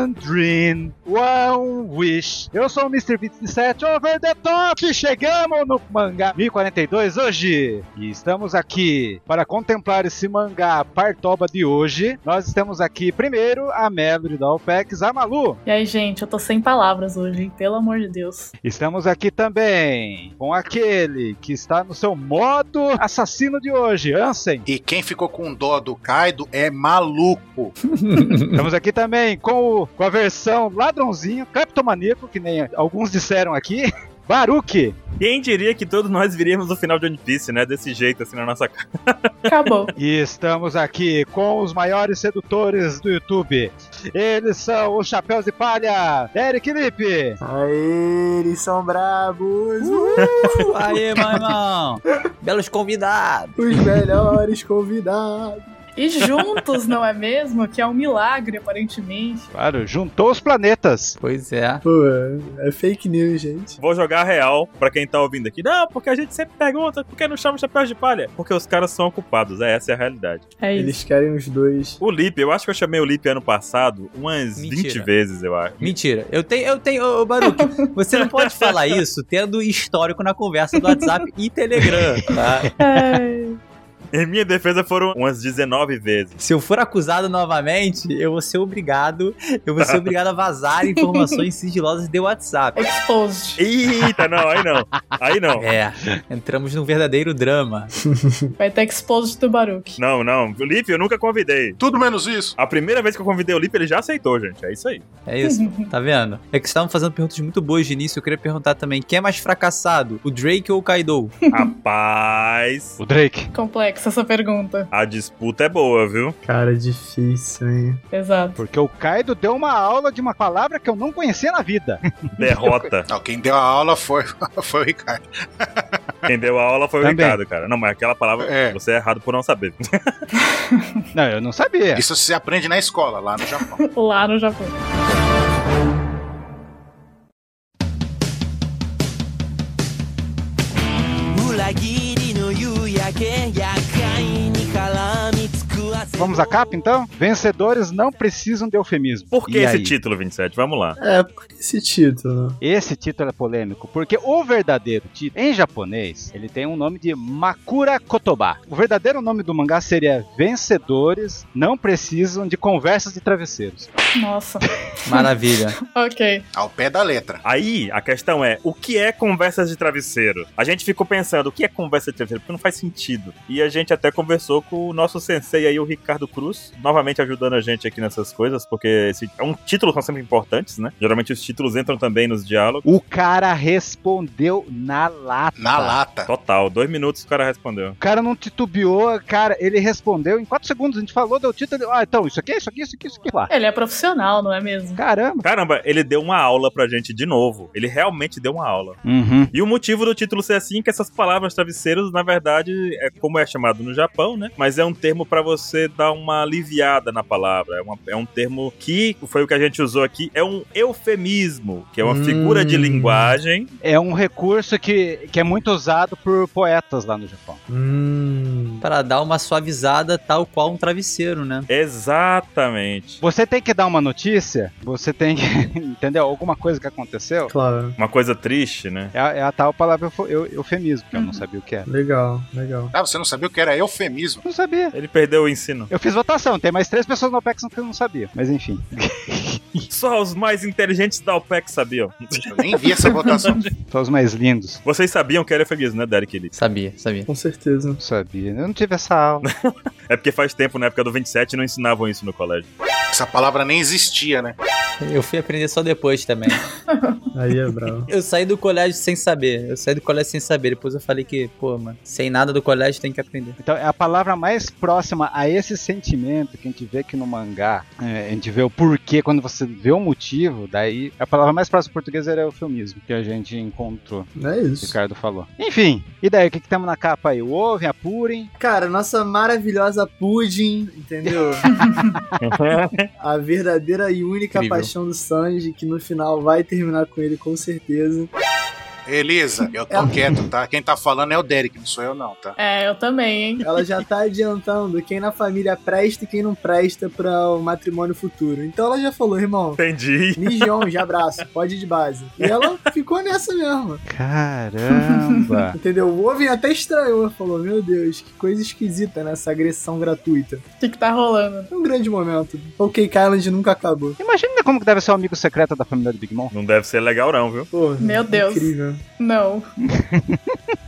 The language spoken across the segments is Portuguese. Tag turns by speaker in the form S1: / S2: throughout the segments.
S1: One dream, one wish. Eu sou o Mr. 27 Over the Top. Chegamos no mangá 1042 hoje. E estamos aqui para contemplar esse mangá partoba de hoje. Nós estamos aqui primeiro a Melody da OPEX, a Malu.
S2: E aí, gente, eu tô sem palavras hoje, hein? pelo amor de Deus.
S1: Estamos aqui também com aquele que está no seu modo assassino de hoje, Ansem.
S3: E quem ficou com dó do Kaido é maluco.
S1: Estamos aqui também com, o- com a versão ladrãozinho, creptomaníaco, que nem alguns disseram aqui. Baruque,
S4: Quem diria que todos nós viríamos o final de One Piece, né? Desse jeito, assim, na nossa cara.
S2: Acabou.
S1: e estamos aqui com os maiores sedutores do YouTube. Eles são os Chapéus de Palha, Eric Lipe,
S5: Aê, eles são brabos!
S6: Aê, meu irmão! Belos convidados!
S5: Os melhores convidados!
S2: E juntos, não é mesmo? Que é um milagre, aparentemente.
S1: claro, juntou os planetas.
S6: Pois é.
S5: Pô, é fake news, gente.
S4: Vou jogar a real pra quem tá ouvindo aqui. Não, porque a gente sempre pergunta por que não chama o chapéu de palha. Porque os caras são ocupados, é, essa é a realidade.
S2: É isso.
S5: Eles querem os dois.
S4: O Lip, eu acho que eu chamei o Lip ano passado umas
S6: Mentira.
S4: 20 vezes, eu acho.
S6: Mentira, eu tenho, eu tenho, ô ô, Baruque, você não pode falar isso tendo histórico na conversa do WhatsApp e Telegram, tá?
S2: Ai.
S4: Em minha defesa foram umas 19 vezes.
S6: Se eu for acusado novamente, eu vou ser obrigado, eu vou ser obrigado a vazar informações sigilosas de WhatsApp.
S2: É, Exposed.
S4: Eita, não, aí não. Aí não.
S6: É, entramos num verdadeiro drama.
S2: Vai ter exposed do Baruque.
S4: Não, não. O Lip, eu nunca convidei.
S3: Tudo menos isso.
S4: A primeira vez que eu convidei o Lip, ele já aceitou, gente. É isso aí.
S6: É isso, tá vendo? É que estavam fazendo perguntas muito boas de início, eu queria perguntar também, quem é mais fracassado, o Drake ou o Kaido?
S4: Rapaz,
S1: O Drake.
S2: Complexa essa pergunta.
S4: a disputa é boa, viu?
S5: Cara, difícil, hein?
S2: Exato.
S1: Porque o Kaido deu uma aula de uma palavra que eu não conhecia na vida.
S4: Derrota.
S3: Não, quem deu a aula foi, foi o Ricardo.
S4: Quem deu a aula foi o
S1: Também.
S4: Ricardo, cara. Não, mas aquela palavra
S3: É.
S4: você é errado por não saber.
S1: Não, eu não sabia.
S3: Isso se aprende na escola, lá no Japão.
S2: Lá no Japão.
S1: Vamos à capa então? Vencedores não precisam de eufemismo.
S4: Por que
S6: E
S4: esse
S6: aí?
S4: título, 27? Vamos lá.
S5: É, por que esse título?
S1: Esse título é polêmico, porque o verdadeiro título, em japonês, ele tem um nome de Makura Kotoba. O verdadeiro nome do mangá seria Vencedores Não Precisam de Conversas de Travesseiros.
S2: Nossa.
S6: Maravilha.
S2: Ok.
S3: Ao pé da letra.
S4: Aí a questão é: o que é conversas de travesseiro? A gente ficou pensando, o que é conversa de travesseiro? Porque não faz sentido. E a gente até conversou com o nosso sensei aí, o Ricardo Cruz, novamente ajudando a gente aqui nessas coisas, porque esse, é um título são sempre importantes, né? Geralmente os títulos entram também nos diálogos.
S1: O cara respondeu na lata.
S3: Na lata.
S4: Total, dois minutos o cara respondeu.
S1: O cara não titubeou, cara, ele respondeu em 4 segundos. A gente falou, deu título, ele, ah, então, isso aqui, isso aqui, isso aqui, isso aqui lá.
S2: Ele é profissional, não é mesmo?
S1: Caramba.
S4: Caramba, ele deu uma aula pra gente de novo. Ele realmente deu uma aula.
S1: Uhum.
S4: E o motivo do título ser assim é que essas palavras travesseiros, na verdade, é como é chamado no Japão, né? Mas é um termo pra você dar uma aliviada na palavra. É, uma- é um termo que foi o que a gente usou aqui, é um eufemismo, que é uma
S5: Hum.
S4: figura de linguagem.
S1: É um recurso que, que é muito usado por poetas lá no Japão.
S5: Hum.
S6: Pra dar uma suavizada tal qual um travesseiro, né?
S4: Exatamente.
S1: Você tem que dar uma notícia, você tem que, entendeu? Alguma coisa que aconteceu.
S5: Claro.
S4: Uma coisa triste, né?
S1: É a, é a tal palavra eufo- eu- eufemismo, que eu
S2: Uhum.
S1: não sabia o que era.
S5: Legal, legal.
S3: Ah, você não sabia o que era eufemismo?
S1: Não sabia.
S4: Ele perdeu o ensino.
S1: Eu fiz votação, tem mais três pessoas no OPEX que eu não sabia. Mas enfim.
S4: Só os mais inteligentes da OPEC sabiam.
S3: Eu nem vi essa votação.
S1: Só os mais lindos.
S4: Vocês sabiam que era eufemismo, né, Derek? Lee?
S6: Sabia, sabia.
S5: Com certeza.
S1: Não sabia. Eu não tive essa aula.
S4: É porque faz tempo, na época do 27, não ensinavam isso no colégio.
S3: Essa palavra nem existia, né?
S6: Eu fui aprender só depois também.
S5: Aí é bravo.
S6: Eu saí do colégio sem saber. Eu saí do colégio sem saber. Depois eu falei que, pô, mano, sem nada do colégio tem que aprender.
S1: Então, é a palavra mais próxima a esse sentimento que a gente vê aqui no mangá. é, a gente vê o porquê, quando você vê o motivo, daí a palavra mais próxima em português era eufemismo, que a gente encontrou.
S5: É
S1: O
S5: isso.
S1: Ricardo falou. Enfim, e daí, o que, que temos na capa aí? O ouvem, apurem.
S5: Cara, nossa maravilhosa pudim, entendeu? A verdadeira e única
S6: Incrível.
S5: paixão do Sanji, que no final vai terminar com ele com certeza.
S3: Elisa, eu
S5: É.
S3: tô quieto, tá? Quem tá falando é o Derek, não sou eu não, tá?
S2: É, eu também, hein?
S5: Ela já tá adiantando quem na família presta e quem não presta pra o matrimônio futuro. Então ela já falou, irmão,
S4: Entendi.
S5: Mijon, já abraço, pode ir de base. E ela ficou nessa mesmo.
S1: Caramba!
S5: Entendeu? O Oven até estranhou, falou: Meu Deus, que coisa esquisita nessa agressão gratuita.
S2: O que, que tá rolando?
S5: É um grande momento. Ok, Kyland nunca acabou.
S1: Imagina como que deve ser o amigo secreto da família do Big Mom.
S4: Não deve ser legal, não, viu?
S5: Pô,
S2: Meu Deus.
S5: Incrível.
S2: Não,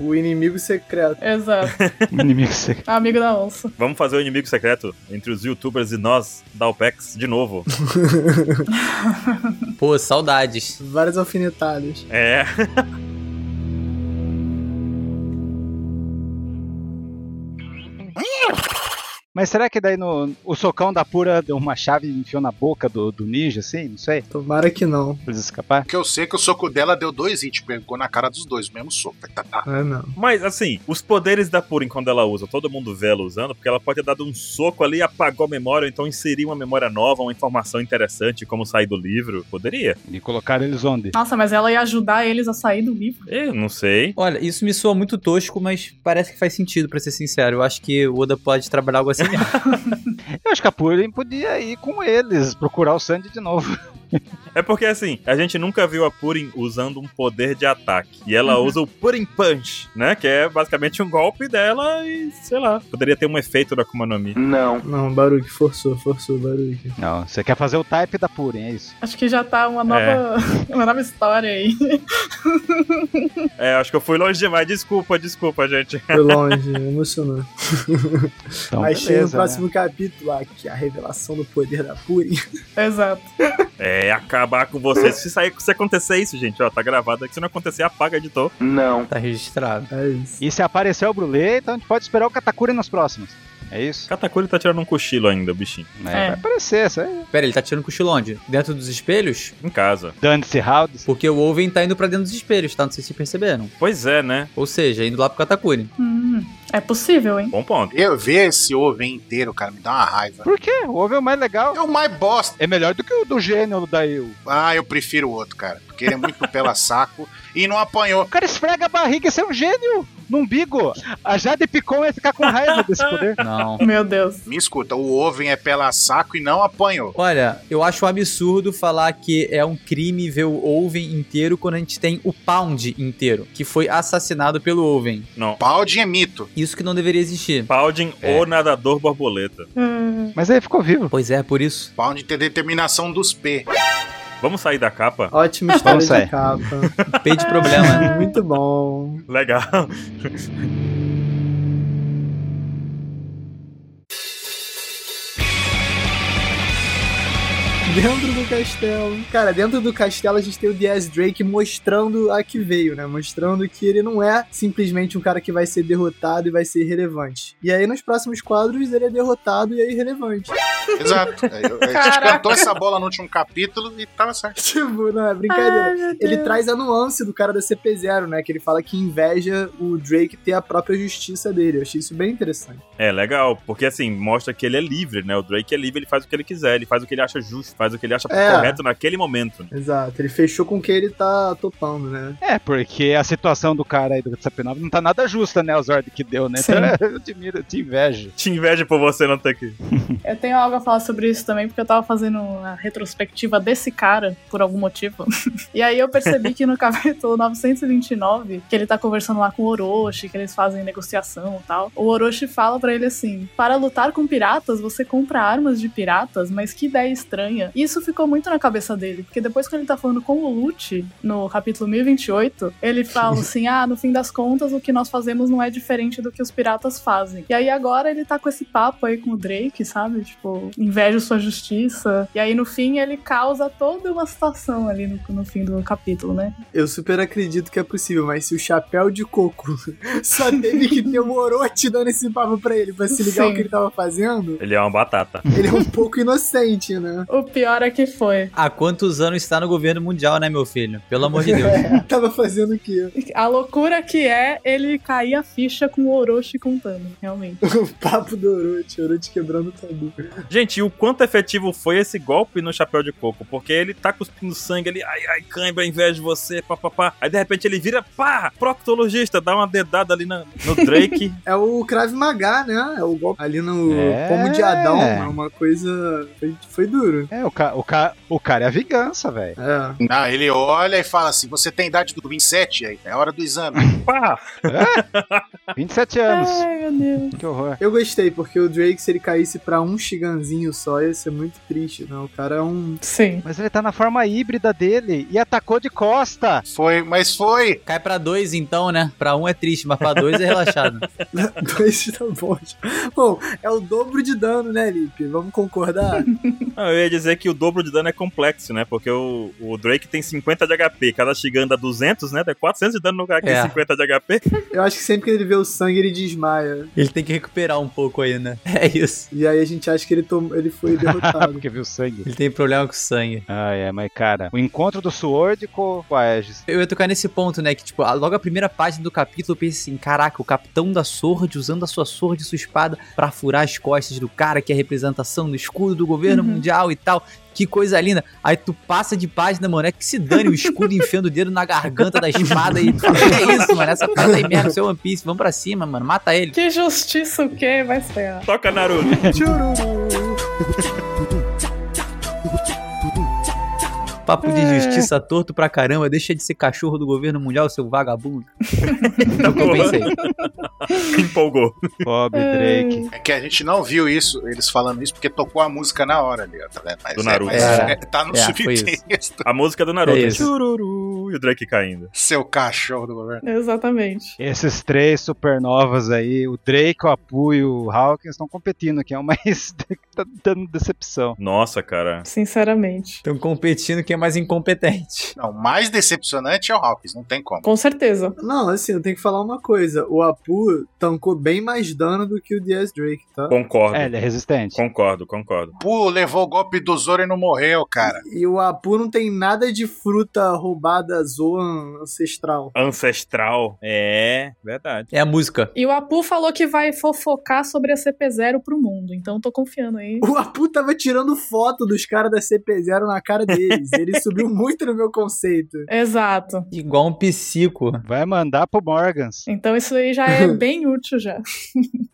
S5: O inimigo secreto.
S2: exato. É um
S1: Inimigo secreto.
S2: Amigo da onça.
S4: Vamos fazer o inimigo secreto entre os youtubers e nós da OPEX de novo.
S6: Pô, saudades.
S5: Várias alfinetadas.
S4: É.
S1: Mas será que daí no, o socão da pura deu uma chave e enfiou na boca do, do ninja, assim? Não sei.
S5: Tomara que não.
S1: Pra eles escapar?
S3: Porque eu sei é que o soco dela deu dois hits, pegou na cara dos dois, o mesmo soco. Tá, tá.
S5: Ah, não.
S4: Mas assim, os poderes da Purin quando ela usa, todo mundo vê ela usando, porque ela pode ter dado um soco ali, apagou a memória, ou então inserir uma memória nova, uma informação interessante, como sair do livro. Poderia?
S1: E colocaram eles onde?
S2: Nossa, mas ela ia ajudar eles a sair do livro.
S4: Eu não sei.
S6: Olha, isso me soa muito tosco, mas parece que faz sentido, pra ser sincero. Eu acho que o Oda pode trabalhar algo assim mesmo.
S1: Eu acho que a Purim podia ir com eles, procurar o Sandy de novo.
S4: É porque assim, a gente nunca viu a Purin usando um poder de ataque. E ela
S2: Uhum.
S4: usa o Purin Punch, né? Que é basicamente um golpe dela e, sei lá, poderia ter um efeito na Akuma no Mi.
S5: Não, Baruque, forçou, forçou, Baruque.
S1: Não, você quer fazer o type da Purim, é isso.
S2: Acho que já tá uma nova, uma nova história aí.
S4: É, acho que eu fui longe demais. Desculpa, desculpa, gente.
S5: Foi longe, emocionou.
S1: Então,
S5: Mas chega no
S1: beleza, né?
S5: próximo capítulo aqui, a revelação do poder da Puri.
S2: Exato.
S4: É, acabar com vocês. Se, sair, se acontecer isso, gente, ó, tá gravado aqui. Se não acontecer, apaga, editor.
S6: Tá registrado.
S5: É isso.
S1: E se aparecer o Brulé, então a gente pode esperar o Katakuri nos próximos. É isso?
S4: Katakuri tá tirando um cochilo ainda, o bichinho.
S1: É, Vai aparecer, isso aí.
S6: Pera, ele tá tirando cochilo onde? Dentro dos espelhos?
S4: Em casa.
S1: Dante-se Rounds.
S6: Porque o Oven tá indo pra dentro dos espelhos, tá? Não sei se perceberam.
S4: Pois é, né?
S6: Ou seja, indo lá pro Katakuri.
S2: Hum, é possível, hein?
S4: Bom ponto.
S3: Eu ver esse ovo inteiro, cara, me dá uma raiva.
S1: Por quê? O ovo é o mais legal.
S3: É o mais bosta.
S1: É melhor do que o do gênio da Eu.
S3: Ah, eu prefiro o outro, cara. Porque ele é muito pela saco e não apanhou.
S1: O cara esfrega a barriga, esse é um gênio no umbigo. A Jade Picon ia ficar com raiva desse poder.
S6: Não.
S2: Meu Deus.
S3: Me escuta, o Oven é pela saco e não apanhou.
S6: Olha, eu acho um absurdo falar que é um crime ver o Oven inteiro quando a gente tem o Pound inteiro, que foi assassinado pelo Oven.
S4: Não.
S3: Baldin é mito.
S6: Isso que não deveria existir.
S4: Paudin
S1: É.
S4: ou nadador borboleta.
S2: Hum,
S1: Mas aí ficou vivo.
S6: Pois é, por isso.
S3: Baldin tem determinação dos P.
S4: Vamos sair da capa?
S5: Ótima história
S1: Vamos sair.
S5: de capa.
S6: P de problema.
S5: Muito bom.
S4: Legal.
S5: Dentro do castelo. Cara, dentro do castelo a gente tem o Diaz Drake mostrando a que veio, né? Mostrando que ele não é simplesmente um cara que vai ser derrotado e vai ser irrelevante. E aí nos próximos quadros ele é derrotado e é irrelevante.
S3: Exato. É, eu- A gente
S2: Caraca.
S3: cantou essa bola no último capítulo e tava certo.
S5: tipo, não é brincadeira.
S2: ai, meu
S5: ele
S2: Deus.
S5: traz a nuance do cara da CP0, né? Que ele fala que inveja o Drake ter a própria justiça dele. Eu achei isso bem interessante.
S4: É legal, porque assim, mostra que ele é livre, né? O Drake é livre, ele faz o que ele quiser, ele faz o que ele acha justo, faz o que ele acha
S5: É.
S4: correto naquele momento.
S5: Exato. Ele fechou com o que ele tá topando, né?
S1: É, porque a situação do cara aí do Sapinov não tá nada justa, né? Os ordens que deu, né?
S2: Sim.
S1: Então, eu te miro, eu te invejo.
S4: Te inveja por você não ter que.
S2: Eu tenho algo a falar sobre isso também, porque eu tava fazendo uma retrospectiva desse cara, por algum motivo. E aí eu percebi que no capítulo 929, que ele tá conversando lá com o Orochi, que eles fazem negociação e tal, o Orochi fala pra ele assim: para lutar com piratas, você compra armas de piratas, mas que ideia estranha. E isso ficou muito na cabeça dele, porque depois quando ele tá falando com o Lute, no capítulo 1028, ele fala assim: ah, no fim das contas, o que nós fazemos não é diferente do que os piratas fazem. E aí agora ele tá com esse papo aí com o Drake, sabe? Tipo, inveja sua justiça. E aí no fim ele causa toda uma situação ali no, no fim do capítulo, né?
S5: Eu super acredito que é possível, mas se o chapéu de coco só teve que ter o Orochi dando esse papo pra ele pra se ligar
S2: Sim.
S5: o que ele tava fazendo,
S4: Ele é uma batata.
S5: ele é um pouco inocente, né?
S2: O pior é que foi.
S6: Há quantos anos está no governo mundial, né, meu filho? Pelo amor de Deus.
S5: Tava fazendo o quê?
S2: A loucura que é ele cair a ficha com o Orochi contando, realmente.
S5: O papo do Orochi, Orochi quebrando o tabu.
S4: Gente, e o quanto efetivo foi esse golpe no chapéu de coco? Porque ele tá cuspindo sangue ali, ai, ai, cãibra, inveja de você, pá, pá, pá. Aí de repente ele vira, pá, proctologista, dá uma dedada ali na- no Drake.
S5: É o Krav Maga, né? É o golpe ali no
S1: É.
S5: pomo de Adão. É uma coisa. Foi, foi duro.
S1: É, o, ca o, ca o cara é a vingança, velho.
S5: É.
S3: Não, Ah, ele olha e fala assim: você tem idade do 27 aí, é hora do exame.
S4: pá!
S1: 27 anos.
S2: Ai, meu Deus.
S1: Que horror.
S5: Eu gostei, porque o Drake, se ele caísse pra um Shiganzinho só, ia ser muito triste, né? O cara é um.
S2: Sim.
S1: Mas ele tá na forma híbrida dele e atacou de costa.
S3: Foi, mas foi.
S6: Cai pra dois então, né? Pra um é triste, mas pra dois é relaxado.
S5: Dois tá bom. já. Bom, é o dobro de dano, né, Lipe? Vamos concordar?
S4: Não, Ah, eu ia dizer que o dobro de dano é complexo, né? Porque o, o Drake tem 50 de HP, cada Shigan dá 200, né? Dá 400 de dano no cara que tem
S6: É.
S4: 50 de HP.
S5: Eu acho que sempre que ele vê o sangue, ele desmaia.
S6: Ele tem que recuperar um pouco aí, né? É isso.
S5: E aí a gente acha que ele, tom... ele foi derrotado.
S1: Porque viu sangue.
S6: Ele tem problema com sangue.
S1: Ah, é, mas cara, o encontro do Sword com com a Aegis.
S6: Eu ia tocar nesse ponto, né? Que, tipo, a- logo a primeira página do capítulo, eu pensei assim: caraca, o capitão da Sword usando a sua Sword e sua espada pra furar as costas do cara que é a representação do escudo do governo
S2: Uhum.
S6: mundial e tal. Que coisa linda. Aí tu passa de página, mano, é que se dane o escudo enfiando o dedo na garganta da espada e tu fala: que é isso, mano? Essa parada aí mesmo, seu One Piece, vamos pra cima, mano, mata ele.
S2: Que justiça o quê? Vai ser.
S4: Toca, Naruto.
S5: Tchururu.
S6: Papo de justiça torto pra caramba, deixa de ser cachorro do governo mundial, seu vagabundo. É o que eu pensei.
S4: Empolgou.
S1: Pobre Drake.
S3: É que a gente não viu isso, eles falando isso, porque tocou a música na hora ali, ó, tá vendo? Mas,
S4: Do
S3: é,
S4: Naruto.
S3: mas
S6: É.
S3: é, tá no
S6: É, foi isso.
S3: subtexto.
S4: A música do Naruto.
S6: É isso.
S4: Chururu, e o Drake caindo.
S3: Seu cachorro do governo.
S2: Exatamente.
S1: Esses três supernovas aí, o Drake, o Apu e o Hawkins estão competindo, quem é o mais tá dando decepção.
S4: Nossa, cara.
S2: Sinceramente.
S6: Estão competindo quem é mais incompetente.
S3: Não, o mais decepcionante é o Hawkins, não tem como.
S2: Com certeza.
S5: Não, assim, eu tenho que falar uma coisa. O Apu tancou bem mais dano do que o DS Drake, tá?
S4: Concordo.
S1: É, ele é resistente.
S4: Concordo, concordo.
S3: Pô, levou o golpe do Zoro e não morreu, cara.
S5: E o Apu não tem nada de fruta roubada Zoan ancestral.
S4: Ancestral. É, verdade.
S6: É a música.
S2: E o Apu falou que vai fofocar sobre a CP0 pro mundo, então tô confiando aí.
S5: O Apu tava tirando foto dos caras da CP0 na cara deles. Ele subiu muito no meu conceito.
S2: Exato.
S6: Igual um psico.
S1: Vai mandar pro Morgans.
S2: Então isso aí já é bem útil já.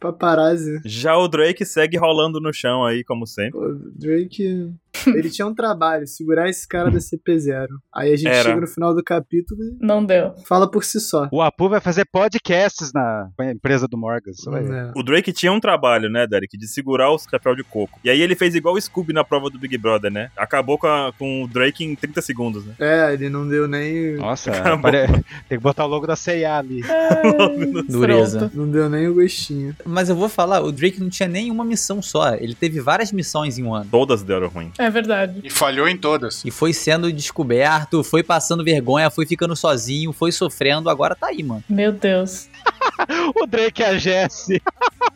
S5: Paparazzi. né?
S4: Já o Drake segue rolando no chão aí, como sempre.
S5: Pô, Drake. Ele tinha um trabalho, segurar esse cara da CP0. Aí a gente
S4: Era.
S5: chega no final do capítulo e
S2: Não deu.
S5: fala por si só.
S1: O Apu vai fazer podcasts na empresa do Morgans. você vai ver.
S5: É.
S4: O Drake tinha um trabalho, né, Derek, de segurar o chapéu de coco. E aí ele fez igual o Scooby na prova do Big Brother, né? Acabou com, a- com o Drake em 30 segundos, né?
S5: É, ele não deu nem.
S1: Nossa,
S4: Acabou.
S1: pare- tem que botar o logo da C&A ali.
S2: Ai,
S6: Dureza.
S2: pronto.
S5: Não deu nem o gostinho.
S6: Mas eu vou falar, o Drake não tinha nenhuma missão só. Ele teve várias missões em um ano.
S4: Todas deram ruim.
S2: É verdade.
S3: E falhou em todas.
S6: E foi sendo descoberto, foi passando vergonha, foi ficando sozinho, foi sofrendo, agora tá aí, mano.
S2: Meu Deus.
S1: O Drake é a Jessie.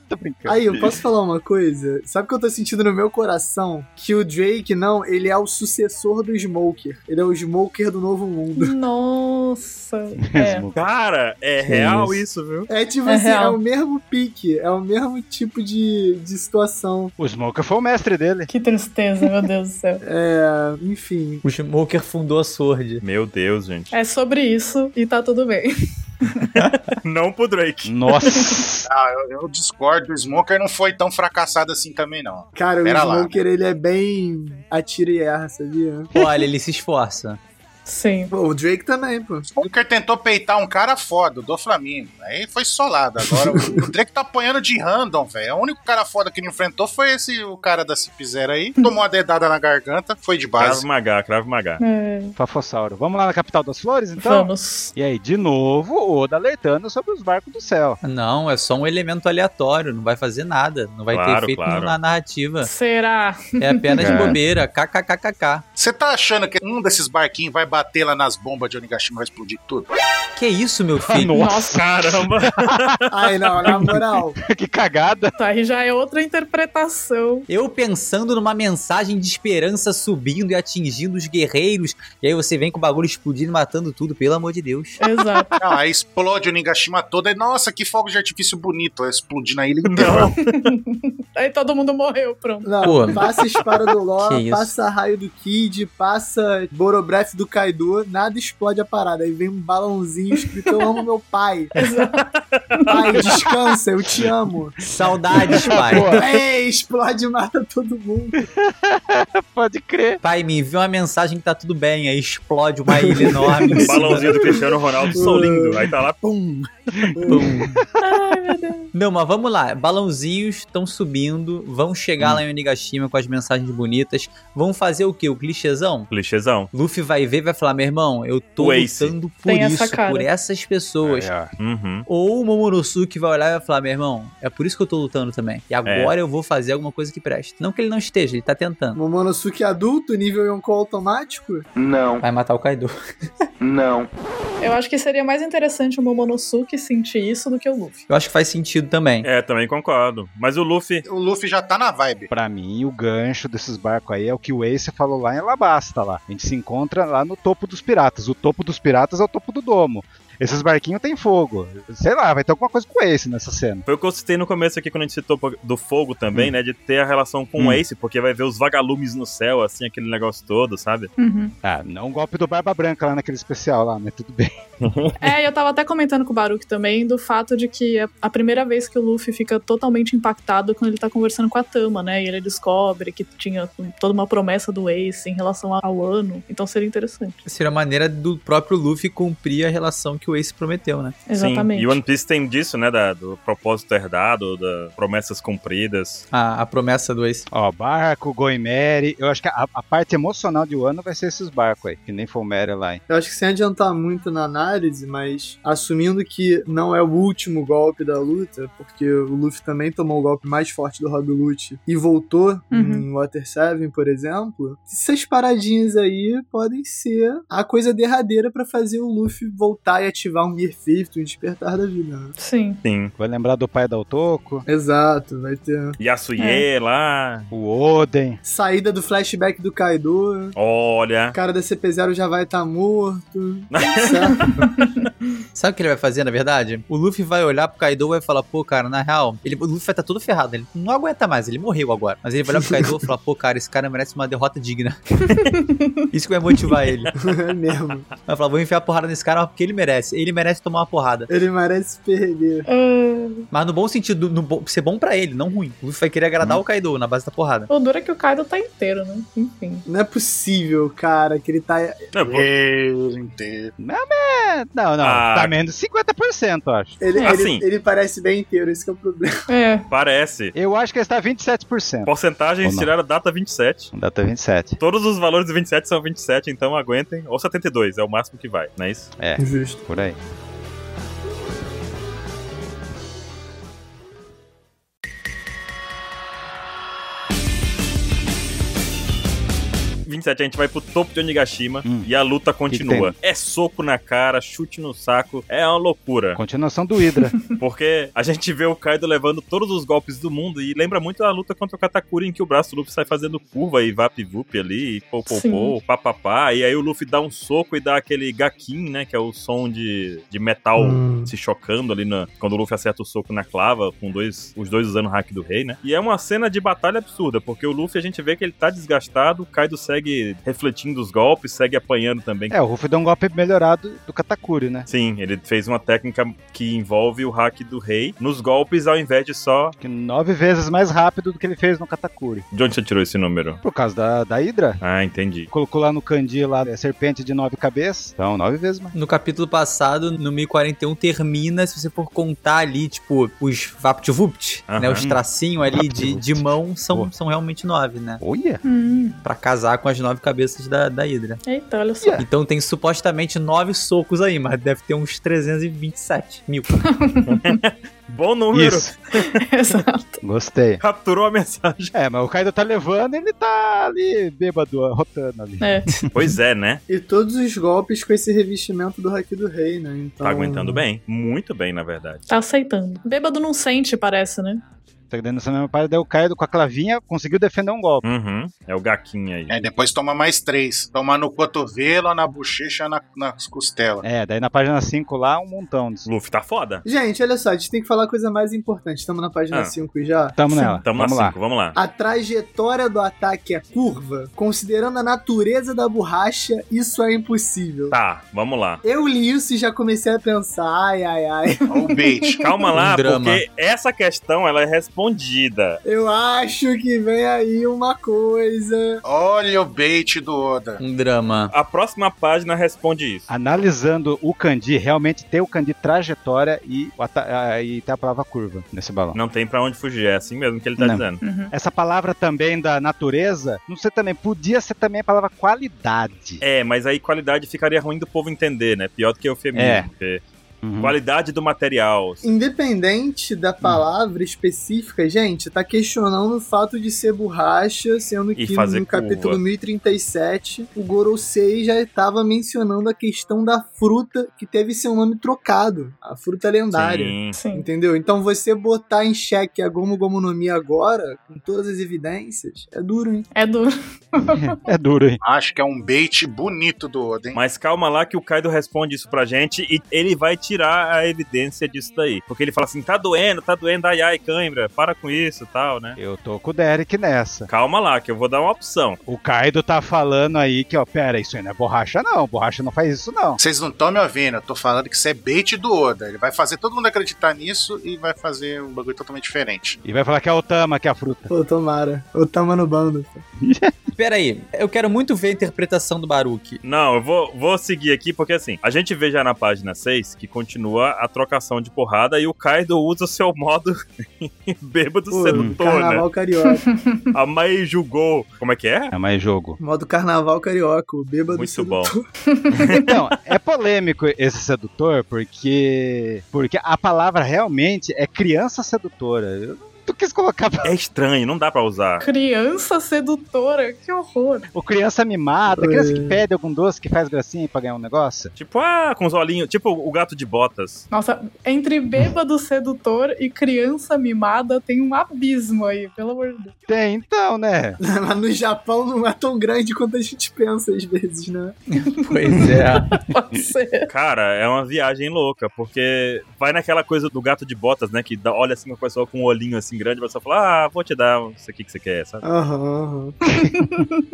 S1: Tô brincando.
S5: Aí, eu posso falar uma coisa? Sabe o que eu tô sentindo no meu coração? Que o Drake, não, ele é o sucessor do Smoker. Ele é o Smoker do novo mundo.
S2: Nossa. É.
S1: Mesmo.
S4: Cara, é
S6: Que
S4: real
S6: isso.
S4: isso, viu?
S5: É tipo
S2: É
S5: assim, é
S2: real.
S5: o mesmo pique, é o mesmo tipo de, de situação.
S1: O Smoker foi o mestre dele.
S2: Que tristeza, meu Deus do céu.
S5: É, enfim.
S6: O Smoker fundou a Sword.
S4: Meu Deus, gente.
S2: É sobre isso e tá tudo bem.
S4: Não pro Drake.
S1: Nossa.
S3: Ah, eu, eu discordo. O Smoker não foi tão fracassado assim também, não.
S5: Cara, o
S3: Pera lá,
S5: Smoker, ele é bem atira e erra, sabia?
S6: Olha, ele se esforça.
S2: Sim.
S5: Pô, o Drake também, pô.
S3: O Smoker tentou peitar um cara foda, do Flamengo. Aí foi solado. Agora o o Drake tá apanhando de random, velho. O único cara foda que ele enfrentou foi esse, o cara da Cip0 aí. Tomou uma dedada na garganta, foi de
S4: Cravo
S3: base.
S4: Magá, Cravo Magá.
S2: É,
S1: Fafossauro. Vamos lá na capital das flores, então?
S2: vamos.
S1: E aí, de novo, o Oda alertando sobre os barcos do céu.
S6: Não, é só um elemento aleatório, não vai fazer nada, não vai ter
S4: Claro,
S6: efeito
S4: claro.
S6: na narrativa.
S2: Será?
S6: É apenas
S1: É.
S6: bobeira, kkkkk.
S3: Você tá achando que um desses barquinhos vai bater lá nas bombas de Onigashima e vai explodir tudo?
S6: Que isso, meu filho?
S1: Ah, Nossa,
S4: Caramba!
S5: Ai, não, na moral.
S1: que cagada.
S2: Tá, aí já é outra interpretação.
S6: Eu pensando numa mensagem de esperança subindo e atingindo os guerreiros, e aí você vem com o bagulho explodindo, matando tudo, pelo amor de Deus.
S2: Exato.
S3: Não, aí explode o Nigashima todo. E, nossa, que fogo de artifício bonito. Explodindo a ilha inteira.
S2: Aí todo mundo morreu, pronto.
S5: Não,
S6: Pô.
S5: passa espada do
S6: Que
S5: Ló,
S6: isso.
S5: passa raio do Kid, passa Borobreath do Kaido, nada explode a parada. Aí vem um balãozinho escrito: Eu amo meu pai. pai, descansa, eu te amo.
S6: Saudades, pai.
S1: Boa,
S5: Ei, explode e mata todo mundo.
S1: pode crer.
S6: Pai, me envia uma mensagem que tá tudo bem, aí explode uma ilha enorme. em
S4: Um
S6: cima.
S4: balãozinho do Cristiano Ronaldo, sou lindo. Aí tá lá,
S6: Pum. Não, mas vamos lá. Balãozinhos estão subindo, vão
S4: Hum.
S6: chegar lá em Onigashima com as mensagens bonitas. Vão fazer o quê? O clichêzão?
S4: clichêzão.
S6: Luffy vai ver e vai falar: meu irmão, eu tô
S4: O Ace.
S6: lutando por
S2: Tem
S6: isso,
S2: essa cara.
S6: por essas pessoas.
S1: Aí, ó.
S4: Uhum.
S6: Ou o Momonosuke vai olhar e vai falar: meu irmão, é por isso que eu tô lutando também. E
S4: É.
S6: agora eu vou fazer alguma coisa que preste. Não que ele não esteja, ele tá tentando.
S5: Momonosuke adulto, nível Yonkou automático?
S6: Vai matar o Kaido.
S2: Eu acho que seria mais interessante o Momonosuke sentir isso do que o Luffy.
S6: Eu acho que faz sentido também.
S4: É, também concordo. Mas o Luffy.
S3: O Luffy já tá na vibe.
S1: Pra mim, o gancho desses barcos aí é o que o Ace falou lá em Alabasta lá. A gente se encontra lá no topo dos piratas. O topo dos piratas é o topo do domo. Esses barquinhos tem fogo. Sei lá, vai ter alguma coisa com o Ace nessa cena.
S4: Foi o que eu citei no começo aqui quando a gente citou do fogo também, né? De ter a relação com o
S1: Hum.
S4: Ace, porque vai ver os vagalumes no céu, assim, aquele negócio todo, sabe?
S1: Ah, não o golpe do Barba Branca lá naquele especial lá, mas tudo bem.
S2: É, eu tava até comentando com o Baruch também do fato de que é a primeira vez que o Luffy fica totalmente impactado quando ele tá conversando com a Tama, né? E ele descobre que tinha toda uma promessa do Ace em relação ao ano. Então seria interessante.
S6: Seria a maneira do próprio Luffy cumprir a relação que o Ace prometeu, né?
S2: Exatamente.
S4: Sim. E One Piece tem disso, né? da- do propósito herdado, das promessas cumpridas.
S6: A, a promessa do Ace.
S1: Ó, barco, Goimere. Eu acho que a, a parte emocional de Wano vai ser esses barcos aí, que nem Fomere lá, hein?
S5: Eu acho que sem adiantar muito na análise, mas assumindo que não é o último golpe da luta, porque o Luffy também tomou o golpe mais forte do Rob Lute e voltou
S2: Uhum.
S5: em Water 7, por exemplo, essas paradinhas aí podem ser a coisa derradeira pra fazer o Luffy voltar e ativar um Gear 50, um despertar da vida. né?
S2: Sim.
S4: Sim.
S1: Vai lembrar do pai da Otoko,
S5: Exato, vai ter
S4: Yasuye lá.
S1: o Oden.
S5: saída do flashback do Kaido, né?
S4: Olha.
S5: o cara da CP0 já vai estar morto, certo?
S6: Sabe o que ele vai fazer, na verdade? O Luffy vai olhar pro Kaido e vai falar, pô, cara, na real, ele, o Luffy vai tá todo ferrado, ele não aguenta mais, ele morreu agora. Mas ele vai olhar pro Kaido e falar, pô, cara, esse cara merece uma derrota digna. Isso que vai motivar ele.
S5: é mesmo.
S6: Vai falar, vou enfiar porrada nesse cara porque ele merece. Ele merece tomar uma porrada.
S5: Ele merece perder.
S2: Ah,
S6: Mas no bom sentido, no bom- ser bom pra ele, não ruim. O Luffy vai querer agradar o Kaido na base da porrada.
S2: o duro é que o Kaido tá inteiro, né? Enfim.
S5: Não é possível, cara, que ele tá
S4: Não, pô,
S3: Ele inteiro.
S1: É, não, não.
S4: Ah.
S1: Tá menos 50%, eu acho.
S5: Ele,
S4: Assim.
S5: ele, ele parece bem inteiro, esse que é o problema.
S2: É.
S4: parece.
S1: Eu acho que ele tá está 27%. Ou
S4: Porcentagens
S1: não.
S4: tiraram a data 27.
S1: Data 27.
S4: Todos os valores de 27 são 27, então aguentem. Ou 72, é o máximo que vai, não é isso?
S1: É,
S5: Justo.
S1: por aí.
S4: Em 27 a gente vai pro topo de Onigashima
S1: Hum.
S4: e a luta continua.
S1: Que
S4: é soco na cara, chute no saco, é uma loucura.
S1: Continuação do Hydra.
S4: Porque a gente vê o Kaido levando todos os golpes do mundo e lembra muito a luta contra o Katakuri em que o braço do Luffy sai fazendo curva e vap vup ali, e pô, pô,
S2: Sim.
S4: pô, papapá. E aí o Luffy dá um soco e dá aquele gakin, né? Que é o som de, de metal
S1: Hum.
S5: Hum.
S4: se chocando ali na, quando o Luffy acerta o soco na clava, com dois, os dois usando o hack do rei, né? E é uma cena de batalha absurda, porque o Luffy a gente vê que ele tá desgastado, o Kaido segue refletindo os golpes, segue apanhando também.
S1: É, o Ruff deu um golpe melhorado do Katakuri, né?
S4: Sim, ele fez uma técnica que envolve o hack do rei nos golpes, ao invés de só.
S1: Que nove vezes mais rápido do que ele fez no Katakuri.
S4: De onde você tirou esse número?
S1: Por causa da, da Hydra.
S4: Ah, entendi.
S1: Colocou lá no Kandi lá a serpente de nove cabeças. Então, nove vezes mais.
S6: No capítulo passado, no 1041, termina, se você for contar ali, tipo, os VaptVupt,
S4: Aham.
S6: né? Os tracinhos ali de,
S1: Vapt-vupt.
S6: de mão
S1: Boa.
S6: são, são realmente nove, né?
S1: Olha!
S2: Hum.
S6: Pra casar com as nove cabeças da, da Hydra.
S2: Eita, olha só.
S1: É.
S6: Então tem supostamente nove socos aí, mas deve ter uns 327 mil.
S4: Bom número.
S1: Isso,
S2: Exato.
S1: gostei.
S4: Capturou a mensagem.
S1: É, mas o Kaido tá levando e ele tá ali bêbado, rotando ali.
S2: É.
S4: Pois é, né?
S5: E todos os golpes com esse revestimento do Haki do Rei, né? Então...
S4: Tá aguentando bem. Muito bem, na verdade.
S2: Tá aceitando. Bêbado não sente, parece, né?
S1: Tá dando essa mesma parada, daí o Kaido com a clavinha conseguiu defender um golpe.
S4: Uhum. É o gaquinho aí.
S3: Aí depois toma mais três. Toma no cotovelo, na bochecha, na, nas costelas.
S1: É, daí na página 5 lá, um montão disso.
S4: Luffy tá foda.
S5: Gente, olha só, a gente tem que falar a coisa mais importante. Estamos na página
S4: Ah.
S5: 5 já.
S1: Tamo nela, É,
S4: Tamo
S1: vamos
S4: na
S1: lá.
S4: cinco, vamos lá.
S5: A trajetória do ataque é curva. Considerando a natureza da borracha, isso é impossível.
S4: Tá, vamos lá.
S5: Eu li isso e já comecei a pensar, ai, ai, ai.
S3: Olha o bait.
S4: Calma lá,
S6: Um drama.
S4: porque essa questão ela é respondida.
S5: Eu acho que vem aí uma coisa.
S3: Olha o bait do Oda.
S6: Um drama.
S4: A próxima página responde
S1: Ah,
S4: isso.
S1: Analisando o Kandi, realmente tem o Kandi trajetória e, o ata- ah, e tem a palavra curva nesse balão.
S4: Não tem pra onde fugir, é assim mesmo que ele tá
S1: Não.
S4: dizendo.
S2: Uhum.
S1: Essa palavra também da natureza, não sei também, podia ser também a palavra qualidade.
S4: É, mas aí qualidade ficaria ruim do povo entender, né? Pior do que eufemismo.
S1: É.
S4: porque
S1: Uhum.
S4: Qualidade do material.
S5: Independente da
S4: Hum.
S5: palavra específica, gente, tá questionando o fato de ser borracha, sendo
S4: E
S5: que
S4: fazer
S5: no
S4: curva.
S5: capítulo 1037, o Gorosei já estava mencionando a questão da fruta que teve seu nome trocado, a fruta lendária.
S4: Sim.
S2: Sim.
S5: Entendeu? Então você botar em xeque a Gomu Gomu no Mi agora, com todas as evidências, é duro, hein?
S2: É duro.
S1: É duro, hein?
S3: Acho que é um bait bonito do Oda, hein?
S4: Mas calma lá que o Kaido responde isso pra gente e ele vai tirar a evidência disso daí. Porque ele fala assim, tá doendo, tá doendo, ai ai, cãibra, para com isso tal, né?
S1: Eu tô com o Derek nessa.
S4: Calma lá, que eu vou dar uma opção.
S1: O Kaido tá falando aí que, ó, pera, isso aí não é borracha, não. Borracha não faz isso, não.
S3: Vocês não estão me ouvindo, eu tô falando que isso é bait do Oda. Ele vai fazer todo mundo acreditar nisso e vai fazer um bagulho totalmente diferente.
S1: E vai falar que é o Tama, que é a fruta.
S5: Pô, tomara. Eu tava no bando.
S6: Pera aí, eu quero muito ver a interpretação do Baruque.
S4: Não, eu vou, vou seguir aqui, porque assim, a gente vê já na página 6 que continua a trocação de porrada e o Kaido usa o seu modo bêbado
S5: Pô,
S4: sedutor, né?
S5: carnaval carioca.
S4: A Mai julgou. Como é que é?
S1: É mais jogo.
S5: Modo carnaval carioca, o bêbado
S4: Muito
S5: sedutor.
S4: bom.
S1: Então, é polêmico esse sedutor, porque. Porque a palavra realmente é criança sedutora. Eu não quis colocar pra-
S4: É estranho, não dá pra usar.
S2: Criança sedutora, que horror.
S1: o criança mimada,
S5: É.
S1: criança que pede algum doce que faz gracinha pra ganhar um negócio.
S4: Tipo, ah, com os olhinhos, tipo o gato de botas.
S2: Nossa, entre bêbado sedutor e criança mimada tem um abismo aí, pelo amor de Deus.
S1: Tem, então, né?
S5: Mas no Japão não é tão grande quanto a gente pensa às vezes, né?
S6: Pois é.
S2: Pode ser.
S4: Cara, é uma viagem louca, porque vai naquela coisa do gato de botas, né? Que dá- olha assim uma pessoa com um olhinho assim grande, a pessoa fala, ah, vou te dar isso aqui que você quer, sabe?
S5: Aham, aham.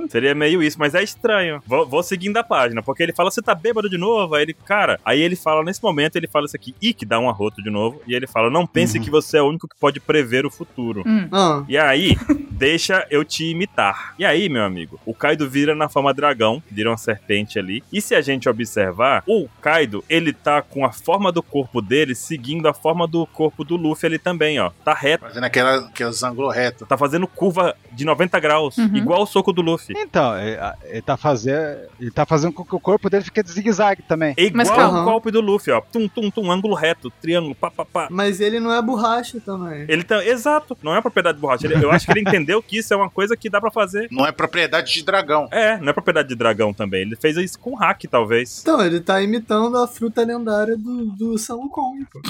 S4: Seria meio isso, mas é estranho. Vou, vou seguindo a página, porque ele fala, você tá bêbado de novo? Aí ele, cara, aí ele fala, nesse momento, ele fala isso aqui, e que dá um arroto de novo, e ele fala, não pense
S1: Uhum.
S4: que você é o único que pode prever o futuro.
S2: Hum.
S5: Ah,
S4: E aí, deixa eu te imitar. E aí, meu amigo, o Kaido vira na forma dragão, vira uma serpente ali. E se a gente observar, o Kaido, ele tá com a forma do corpo dele seguindo a forma do corpo do Luffy ali também, ó. Tá reto.
S3: Fazendo aquela, aqueles ângulos retos.
S4: Tá fazendo curva de 90 graus,
S2: Uhum.
S4: igual o soco do Luffy.
S1: Então, ele, ele tá fazendo. Ele tá fazendo com que o corpo dele fique de zigue-zague também.
S4: É
S2: Mas
S4: igual
S5: calma.
S4: o golpe do Luffy, ó. Tum, tum, tum, ângulo reto, triângulo, pá, pá, pá.
S5: mas ele não é borracha também.
S4: Ele tá. Exato, não é uma propriedade de borracha. Ele- Eu acho que ele entendeu que isso é uma coisa que dá pra fazer.
S3: Não é propriedade de dragão.
S4: É, não é propriedade de dragão também. Ele fez isso com hack, talvez.
S5: Então, ele tá imitando a fruta lendária do, do São Kong, pô.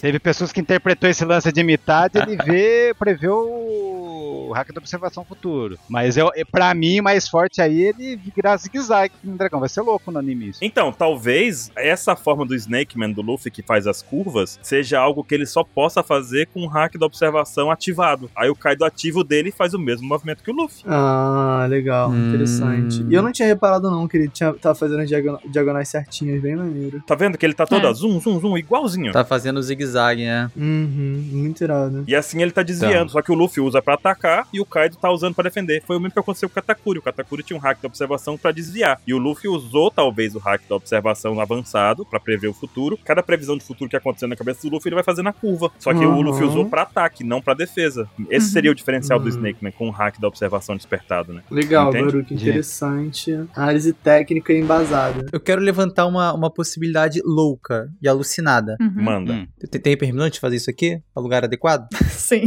S1: Teve pessoas que interpretou esse lance de mitade, ele vê, prevê o hack da observação futuro. Mas eu, pra mim, mais forte aí, ele virar zigue-zague no dragão. Vai ser louco no anime isso.
S4: Então, talvez essa forma do Snake Man do Luffy que faz as curvas seja algo que ele só possa fazer com o hack da observação ativado. Aí o Kaido ativo dele e faz o mesmo movimento que o Luffy.
S5: Ah, legal,
S6: Hum.
S5: interessante. E eu não tinha reparado, não, que ele tinha, tá tava fazendo diagonal, diagonais certinhas, bem maneiro.
S4: Tá vendo que ele tá todo
S2: É.
S4: ó, zoom, zoom, zoom, igualzinho.
S6: Tá fazendo zigue zigue-zague, né?
S5: Uhum, muito irado.
S4: E assim ele tá desviando,
S6: Então.
S4: só que o Luffy usa pra atacar e o Kaido tá usando pra defender. Foi o mesmo que aconteceu com o Katakuri. O Katakuri tinha um hack da observação pra desviar. E o Luffy usou talvez o hack da observação avançado pra prever o futuro. Cada previsão de futuro que aconteceu na cabeça do Luffy, ele vai fazer na curva. Só que
S5: Uhum.
S4: o Luffy usou pra ataque, não pra defesa. Esse
S2: Uhum.
S4: seria o diferencial do
S5: Uhum.
S4: Snake, né? Com o hack da observação despertado, né?
S5: Legal,
S4: Entende?
S5: Baruque,
S6: Gente.
S5: interessante. Análise técnica embasada.
S6: Eu quero levantar uma, uma possibilidade louca e alucinada.
S2: Uhum.
S4: Manda.
S1: Hum.
S6: Tem, tem permissão de fazer isso aqui? É o lugar adequado?
S2: Sim.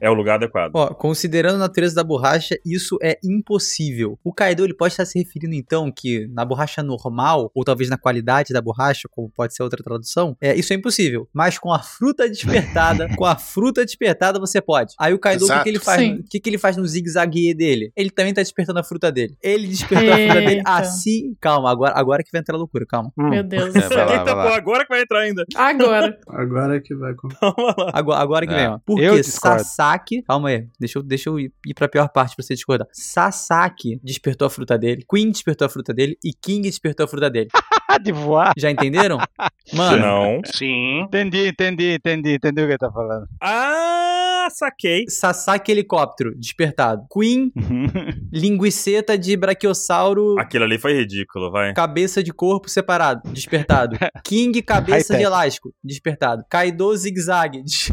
S4: É o lugar adequado.
S6: Ó, considerando a natureza da borracha, isso é impossível. O Kaido ele pode estar se referindo então que na borracha normal, ou talvez na qualidade da borracha, como pode ser outra tradução, é isso é impossível. Mas com a fruta despertada, com a fruta despertada você pode. Aí o Kaido, o que, que ele
S3: Exato.
S6: faz?
S2: Sim.
S6: O que, que ele faz no zigue-zague dele? Ele também tá despertando a fruta dele. Ele despertou a fruta dele
S2: Eita.
S6: assim. Calma, agora, agora que vai entrar a loucura, calma.
S2: Meu Deus do
S1: É, vai
S2: céu.
S1: lá,
S4: Eita,
S1: vai
S4: Então, pô,
S1: lá.
S4: agora que vai entrar ainda.
S2: Agora.
S5: Agora que vai com
S4: Calma lá.
S6: Agora, agora que
S1: É.
S6: vem, ó.
S1: Eu
S6: Porque
S1: discordo.
S6: Sasaki. Calma aí, deixa eu, deixa eu ir ir pra pior parte pra você discordar. Sasaki despertou a fruta dele, Queen despertou a fruta dele e King despertou a fruta dele.
S1: Ah, de voar.
S6: Já entenderam? Mano,
S4: Não.
S3: Sim.
S1: Entendi, entendi, entendi, entendi o que ele tá falando.
S4: Ah, saquei.
S6: Sasaki helicóptero despertado, Queen linguiceta de brachiosauro.
S4: Aquilo ali foi ridículo, vai.
S6: Cabeça de corpo separado, despertado. King, cabeça
S1: High-tech.
S6: de elástico, despertado. Kaido, zigue-zague, des-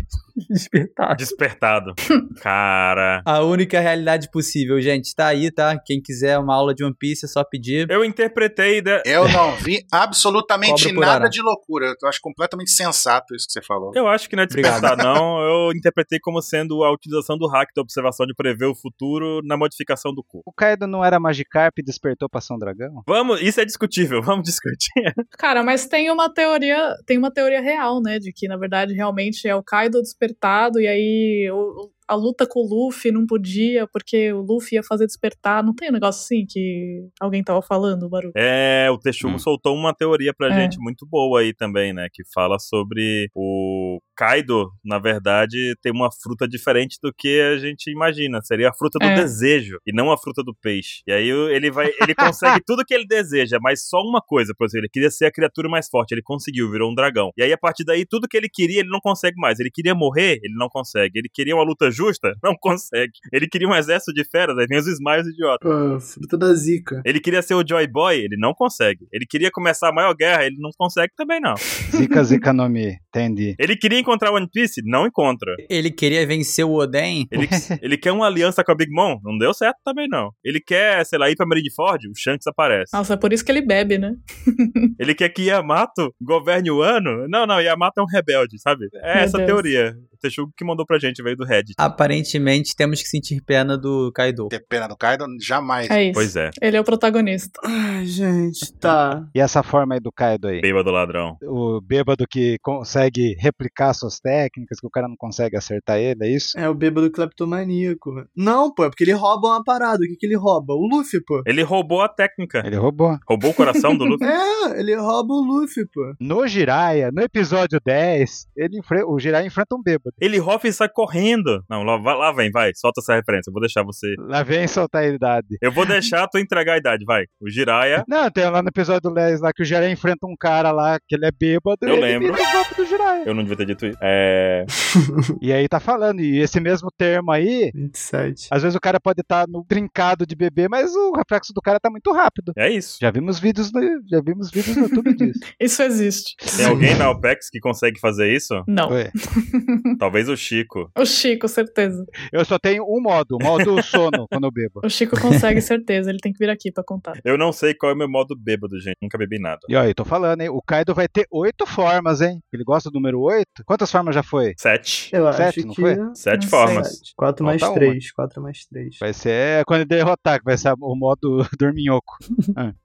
S6: despertado.
S4: Despertado. Cara.
S6: A única realidade possível, gente. Tá aí, tá? Quem quiser uma aula de One Piece é só pedir.
S4: Eu interpretei. né? de-
S3: Eu não vi absolutamente
S6: Cobra por
S3: nada
S6: arara.
S3: de loucura. Eu acho completamente sensato isso que você falou.
S4: Eu acho que não é despertar, não. Eu interpretei como sendo a utilização do hack da observação de prever o futuro na modificação do corpo.
S1: O Kaido não era Magikarp e despertou pra São Dragão?
S4: Vamos, isso é discutível, vamos discutir.
S2: Cara, mas tem uma teoria, tem uma teoria real, né? De que, na verdade, realmente é o Kaido despertado, e aí o- o- a luta com o Luffy não podia, porque o Luffy ia fazer despertar. Não tem um negócio assim que alguém tava falando, Baru?
S4: É, o Texugo
S1: Hum.
S4: soltou uma teoria pra
S2: É.
S4: gente muito boa aí também, né? Que fala sobre o Kaido, na verdade, tem uma fruta diferente do que a gente imagina. Seria a fruta do
S2: É.
S4: desejo e não a fruta do peixe. E aí ele vai, ele consegue tudo que ele deseja, mas só uma coisa, por exemplo, ele queria ser a criatura mais forte, ele conseguiu, virou um dragão. E aí a partir daí tudo que ele queria, ele não consegue mais. Ele queria morrer, ele não consegue. Ele queria uma luta justa, não consegue. Ele queria um exército de feras, aí vem os Smiles idiota.
S5: Pô, fruta da zica.
S4: Ele queria ser o Joy Boy, ele não consegue. Ele queria começar a maior guerra, ele não consegue também não.
S1: Zika Zika no Mi, entendi.
S4: Ele queria encontrar One Piece, não encontra.
S6: Ele queria vencer o Oden.
S4: Ele, ele quer uma aliança com a Big Mom, não deu certo também não. Ele quer, sei lá, ir pra Marineford, o Shanks aparece.
S2: Nossa, é por isso que ele bebe, né?
S4: Ele quer que Yamato governe o ano? Não, não, Yamato é um rebelde, sabe? É
S2: Meu
S4: essa
S2: Deus.
S4: teoria. O Texugo que mandou pra gente, veio do Reddit.
S6: Aparentemente temos que sentir pena do Kaido.
S3: Ter pena do Kaido, jamais.
S2: É isso.
S4: Pois é,
S2: Ele é o protagonista.
S5: Ai, gente, tá.
S1: E essa forma aí do Kaido aí?
S4: bêbado ladrão.
S1: O bêbado que consegue replicar suas técnicas, que o cara não consegue acertar ele, é isso?
S5: É o bêbado cleptomaníaco. Não, pô, é porque ele rouba uma parada. O que, que ele rouba? O Luffy, pô.
S4: Ele roubou a técnica.
S1: Ele roubou.
S4: Roubou o coração do
S1: Hum.
S4: Luffy.
S5: É, ele rouba o Luffy, pô.
S1: No Jiraiya, no episódio 10, ele enfre- o Jiraiya enfrenta um bêbado.
S4: Ele rofa e sai correndo. Não, lá, vai- lá vem, vai. Solta essa referência. Eu vou deixar você.
S1: Lá vem soltar a idade.
S4: Eu vou deixar tu entregar a idade, vai. O Jiraya.
S1: Não, tem lá no episódio 10 lá que o Jiraiya enfrenta um cara lá que ele é bêbado
S4: Eu
S1: e
S4: lembro.
S1: ele vira o golpe do Jiraiya.
S4: Eu não devia ter dito isso. É.
S1: E aí tá falando, e esse mesmo termo aí,
S5: 27.
S1: às vezes o cara pode estar no trincado de bebê, mas o reflexo do cara tá muito rápido.
S4: É isso.
S1: Já vimos vídeos no, já vimos vídeos no YouTube disso.
S2: Isso existe.
S4: Tem alguém na OPEX que consegue fazer isso?
S2: Não.
S1: Ué,
S4: Talvez o Chico.
S2: O Chico, certeza.
S1: Eu só tenho um modo, o modo sono quando eu bebo.
S2: O Chico consegue, certeza. Ele tem que vir aqui pra contar.
S4: Eu não sei qual é o meu modo bêbado, gente. Nunca bebi nada.
S1: E aí, tô falando, hein? O Kaido vai ter oito formas, hein? Ele gosta do número 8? Quantas formas já foi?
S4: Sete.
S5: Eu
S1: Sete,
S5: acho
S1: não
S5: que.
S1: foi?
S4: Sete
S2: Não
S4: formas.
S5: 4 mais
S1: Falta
S5: 3. 4 mais 3.
S1: Vai ser quando ele derrotar, que vai ser o modo dorminhoco.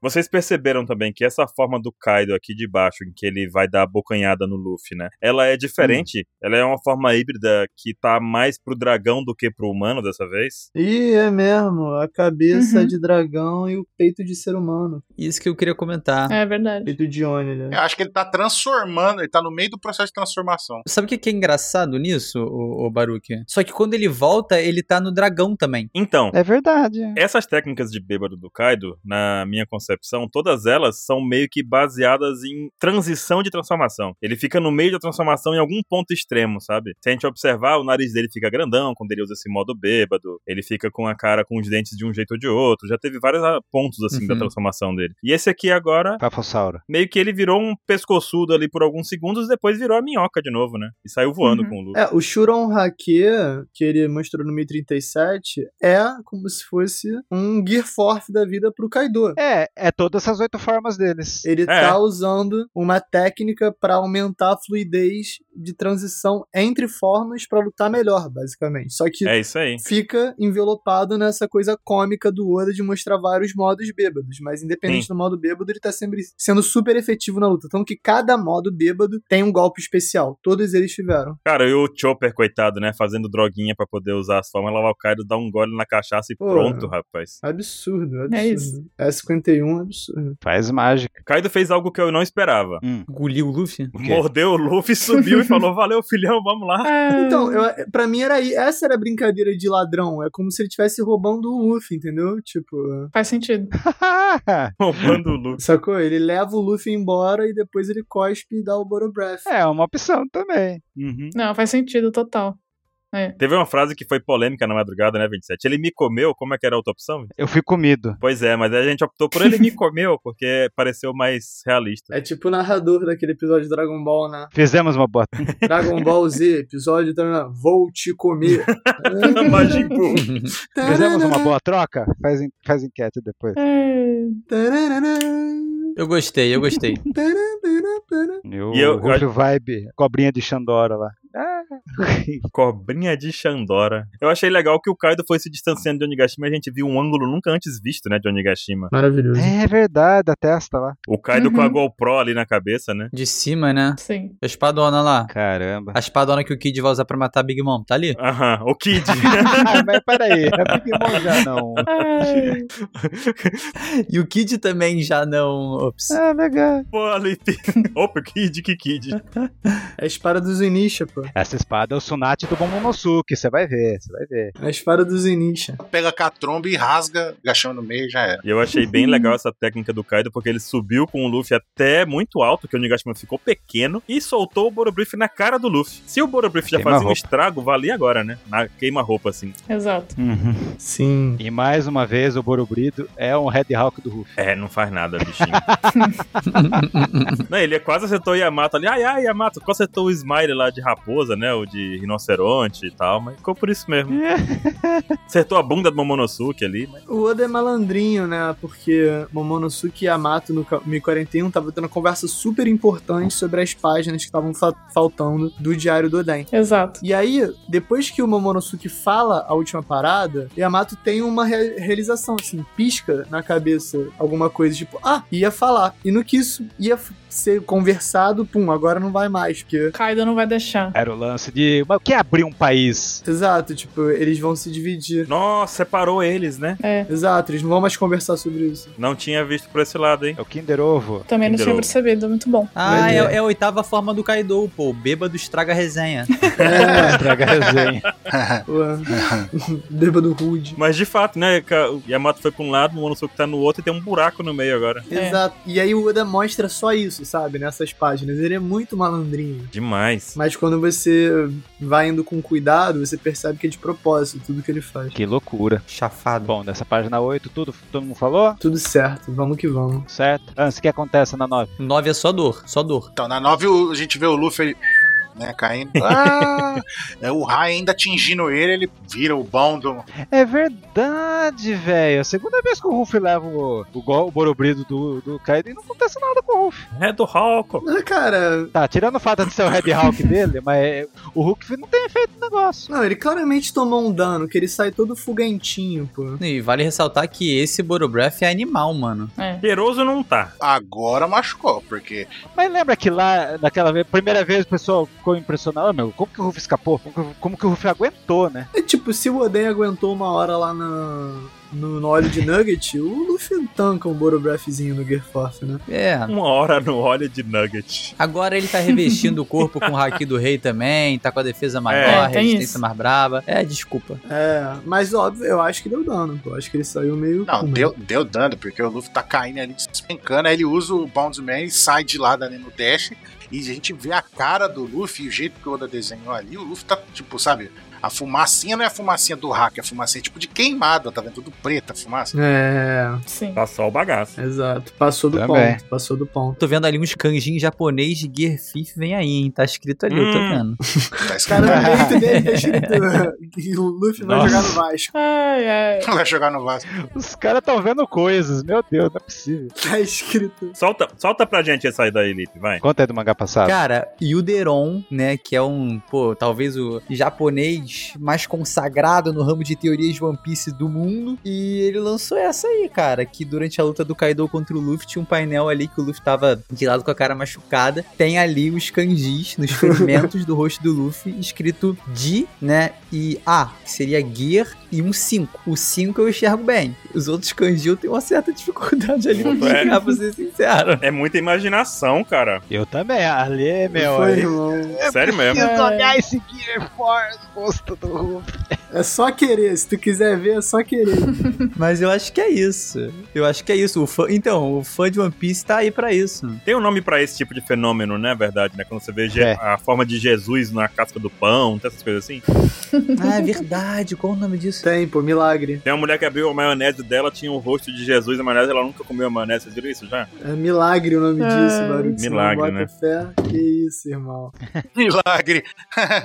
S4: Vocês perceberam também que essa forma do Kaido aqui de baixo, em que ele vai dar a bocanhada no Luffy, né? Ela é diferente. Ela é uma forma forma híbrida que tá mais pro dragão do que pro humano dessa vez.
S5: Ih, é mesmo. A cabeça
S2: Uhum.
S5: de dragão e o peito de ser humano.
S6: Isso que eu queria comentar.
S2: É verdade.
S5: Peito de Oni, né?
S4: É.
S3: Eu acho que ele tá transformando, ele tá no meio do processo de transformação.
S6: Sabe o que que é engraçado nisso, o, Baruque? Só que quando ele volta, ele tá no dragão também.
S4: Então,
S7: É verdade.
S4: essas técnicas de bêbado do Kaido, na minha concepção, todas elas são meio que baseadas em transição de transformação. Ele fica no meio da transformação em algum ponto extremo, sabe? Se a gente observar, o nariz dele fica grandão quando ele usa esse modo bêbado, ele fica com a cara com os dentes de um jeito ou de outro. Já teve vários ah, pontos assim da
S6: Uhum.
S4: transformação dele. E esse aqui agora
S1: Pafossauro.
S4: meio que ele virou um pescoçudo ali por alguns segundos, depois virou a minhoca de novo, né? E saiu voando
S2: Uhum.
S4: com o Luffy.
S5: É, o Shuron Hake, que ele mostrou no 1037, é como se fosse um Gear Force da vida pro Kaido.
S1: É, é todas essas oito formas deles.
S5: Ele
S4: É.
S5: tá usando uma técnica pra aumentar a fluidez de transição entre formas pra lutar melhor, basicamente. Só que
S4: É isso aí.
S5: fica envelopado nessa coisa cômica do Oda de mostrar vários modos bêbados, mas independente
S4: Sim.
S5: do modo bêbado, ele tá sempre sendo super efetivo na luta, tanto que cada modo bêbado tem um golpe especial, todos eles tiveram.
S4: Cara, e o Chopper, coitado, né? Fazendo droguinha pra poder usar as formas, lavar o Kaido, dar um gole na cachaça e
S5: Pô.
S4: pronto, rapaz.
S5: Absurdo, absurdo.
S2: É isso.
S5: S51, absurdo.
S1: Faz mágica. Hum.
S4: Kaido fez algo que eu não esperava.
S6: Engoliu o Luffy?
S1: O quê?
S4: Mordeu o Luffy, subiu e falou: Valeu, filhão, vamos lá.
S2: É,
S5: Então, eu, pra mim era aí, essa era a brincadeira de ladrão, é como se ele estivesse roubando o Luffy, entendeu? Tipo,
S2: Faz sentido.
S4: Roubando o Luffy.
S5: sacou? Ele leva o Luffy embora e depois ele cospe e dá o Boro Breath.
S1: é uma opção também.
S4: Uhum.
S2: Não, faz sentido total.
S4: Teve uma frase que foi polêmica na madrugada, né, 27? Ele me comeu, como é que era a outra opção? 27?
S1: Eu fui comido.
S4: Pois é, mas a gente optou por ele me comeu, porque pareceu mais realista.
S5: É tipo o narrador daquele episódio de Dragon Ball, né?
S1: Fizemos uma boa.
S5: Dragon Ball Z, episódio da Vou te comer.
S4: Majin Buu.
S1: Fizemos uma boa troca? Faz, en- faz enquete depois.
S2: É,
S5: Tararara,
S6: Eu gostei, eu gostei.
S5: tararara, tararara.
S1: Eu,
S4: E eu-
S1: o Rufio Vibe, cobrinha de Xandora lá. Ah.
S4: Cobrinha de Xandora. Eu achei legal que o Kaido foi se distanciando de Onigashima e a gente viu um ângulo nunca antes visto, né, de Onigashima.
S5: Maravilhoso.
S1: É verdade, a testa lá.
S4: O Kaido com a
S2: Uhum.
S4: GoPro ali na cabeça, né?
S6: De cima, né?
S2: sim.
S6: A espadona lá.
S1: Caramba.
S6: A espadona que o Kid vai usar pra matar Big Mom, tá ali?
S4: Aham, o Kid.
S1: Ah, mas peraí, é Pokémon já não.
S2: É,
S6: E o Kid também já não. Ops.
S1: Ah, legal.
S4: Pô, ali. Opa, Kid, que Kid.
S5: É a espada do Zunisha, pô.
S1: Essa espada é o Sunat do Momonosuke, você vai ver, você vai ver.
S5: É a espada do Zunisha.
S3: Pega com a tromba e rasga, gachão no meio e já era.
S4: E eu achei bem legal essa técnica do Kaido, porque ele subiu com o Luffy até muito alto, que o Nigashima ficou pequeno, e soltou o Borobrief na cara do Luffy. Se o Borobrief já
S1: Queima
S4: fazia um
S1: roupa.
S4: estrago, valia agora, né? Na queima-roupa, assim.
S2: exato.
S5: Sim.
S1: E mais uma vez, o Borobrido é um Red Hawk do Ruff.
S4: É, não faz nada, bichinho. não, ele quase acertou o Yamato ali. Ai, ai, Yamato, quase acertou o Smile lá de raposa, né? O de rinoceronte e tal, mas ficou por isso mesmo. acertou a bunda do Momonosuke ali, mas
S5: O Oda é malandrinho, né? Porque Momonosuke e Yamato no ca- 1041 tava um tendo uma conversa super importante sobre as páginas que estavam fa- faltando do Diário do Oden.
S2: Exato.
S5: E aí, depois que o Momonosuke fala a última parada, Yamato tem uma re- realização, assim, pisca na cabeça alguma coisa, tipo, ah, ia falar. E no que isso ia f- ser conversado, pum, agora não vai mais, porque.
S2: Kaido não vai deixar.
S1: Era o lance de. Mas o que é abrir um país?
S5: Exato, tipo, eles vão se dividir.
S4: Nossa, separou eles, né?
S5: Exato, eles não vão mais conversar sobre isso.
S4: Não tinha visto por esse lado, hein?
S1: É o Kinder Ovo.
S2: Também não tinha
S4: Entrou.
S2: percebido, muito bom.
S6: Ah,
S5: Maneiro.
S6: é, é a oitava forma do Kaido, pô. O Bêbado estraga a resenha.
S5: É,
S1: Estraga a resenha.
S5: o- é bêbado rude.
S4: Mas de fato, né? ca- O Yamato foi pra um lado, o Momonosuke tá no outro e tem um buraco no meio agora.
S2: É.
S5: Exato. E aí o Oda mostra só isso, sabe? Nessas páginas. Ele é muito malandrinho.
S4: Demais.
S5: Mas quando você vai indo com cuidado, você percebe que é de propósito tudo que ele faz.
S1: Que loucura.
S6: Chafado.
S1: Bom, nessa página 8, tudo, todo mundo falou?
S5: Tudo certo, vamos que vamos.
S1: Certo? Antes, o que acontece na 9?
S6: Nove é só dor, só dor.
S3: Então, na 9 o- a gente vê o Luffy né, caindo. Ah! É, o Rai ainda atingindo ele, ele vira o bom do.
S1: É verdade, velho. É a segunda vez que o Ruff leva o, o, gol- o Borobrido do, do Kaido e não acontece nada com o Ruff.
S4: É do Hulk.
S5: Ah, cara,
S1: Tá, tirando o fato de ser o Red Hawk dele, mas é, o Ruff não tem feito negócio.
S5: não, ele claramente tomou um dano, que ele sai todo fugentinho, pô.
S6: E vale ressaltar que esse Borobreath é animal, mano.
S2: É.
S4: Cheiroso não tá.
S3: Agora machucou, porque
S1: Mas lembra que lá, naquela vez, primeira vez o pessoal ficou impressionado. Ah, meu, como que o Ruffy escapou? Como que, o- como que o Ruffy aguentou, né?
S5: É tipo, se o Oden aguentou uma hora lá na, no, no óleo de Nugget, o Luffy tanca um Borobreathzinho no Gear Force, né?
S6: É.
S4: Uma hora no óleo de nugget.
S6: Agora ele tá revestindo o corpo com o Haki do Rei também, tá com a defesa
S4: É,
S6: maior,
S2: tem
S6: resistência
S2: isso.
S6: mais braba. É, desculpa.
S5: É, mas óbvio, eu acho que deu dano, pô. Acho que ele saiu meio.
S3: Não,
S5: com-
S3: deu, deu dano, porque o Luffy tá caindo ali, despencando. Aí ele usa o Bound Man e sai de lado ali no dash. E a gente vê a cara do Luffy, o jeito que o Oda desenhou ali. O Luffy tá, tipo, sabe? A fumacinha não é a fumacinha do hack, é a fumacinha tipo de queimada, tá vendo? Tudo preta a fumaça.
S5: É,
S2: Sim.
S4: Tá só o bagaço.
S5: exato. Passou do
S1: Também.
S5: ponto, passou do ponto.
S6: Tô vendo ali uns kanjin japonês de Gear Fifth, vem aí, hein? Tá escrito ali, eu tô
S4: Hum.
S6: vendo.
S3: Tá escrito.
S5: Cara, no peito dele tá escrito que o Luffy vai
S4: Nossa.
S5: jogar no Vasco.
S2: Ai, ai.
S3: Vai jogar no Vasco.
S1: Os caras estão vendo coisas, meu Deus, não é possível.
S5: Tá escrito.
S4: Solta, solta pra gente essa aí daí, Lipe, vai.
S1: Conta aí do mangá passado.
S6: Cara, Yuderon, né, que é um, pô, talvez o japonês mais consagrado no ramo de teorias de One Piece do mundo. E ele lançou essa aí, cara, que durante a luta do Kaido contra o Luffy tinha um painel ali que o Luffy tava de lado com a cara machucada. Tem ali os kanjis nos fragmentos do rosto do Luffy escrito Di, né, e A, que seria Gear, e um 5. O 5 eu enxergo bem. Os outros kanji eu tenho uma certa dificuldade ali pra
S4: Boto fé.
S6: enxergar, pra ser sincero.
S4: É muita imaginação, cara.
S1: Eu também, ali, é meu.
S5: Foi,
S1: aí-
S5: irmão.
S4: Sério mesmo.
S1: Preciso
S2: É.
S1: olhar esse Gear Force, rosto do Ruffy.
S5: É só querer. Se tu quiser ver, é só querer.
S6: Mas eu acho que é isso. Eu acho que é isso. O fã- então, o fã de One Piece tá aí pra isso.
S4: Tem um nome pra esse tipo de fenômeno, né? Verdade, né? Quando você vê Je-
S1: É.
S4: a forma de Jesus na casca do pão, essas coisas assim.
S6: Ah, é verdade. Qual o nome disso?
S5: Tem, pô, milagre.
S4: Tem uma mulher que abriu a maionese dela, tinha o rosto de Jesus na maionese, ela nunca comeu a maionese. Vocês viram isso já?
S5: É milagre o nome
S2: É.
S5: disso, Baruch. Você não
S4: Milagre,
S5: bota
S4: né?
S5: fé. Que isso, irmão.
S3: Milagre.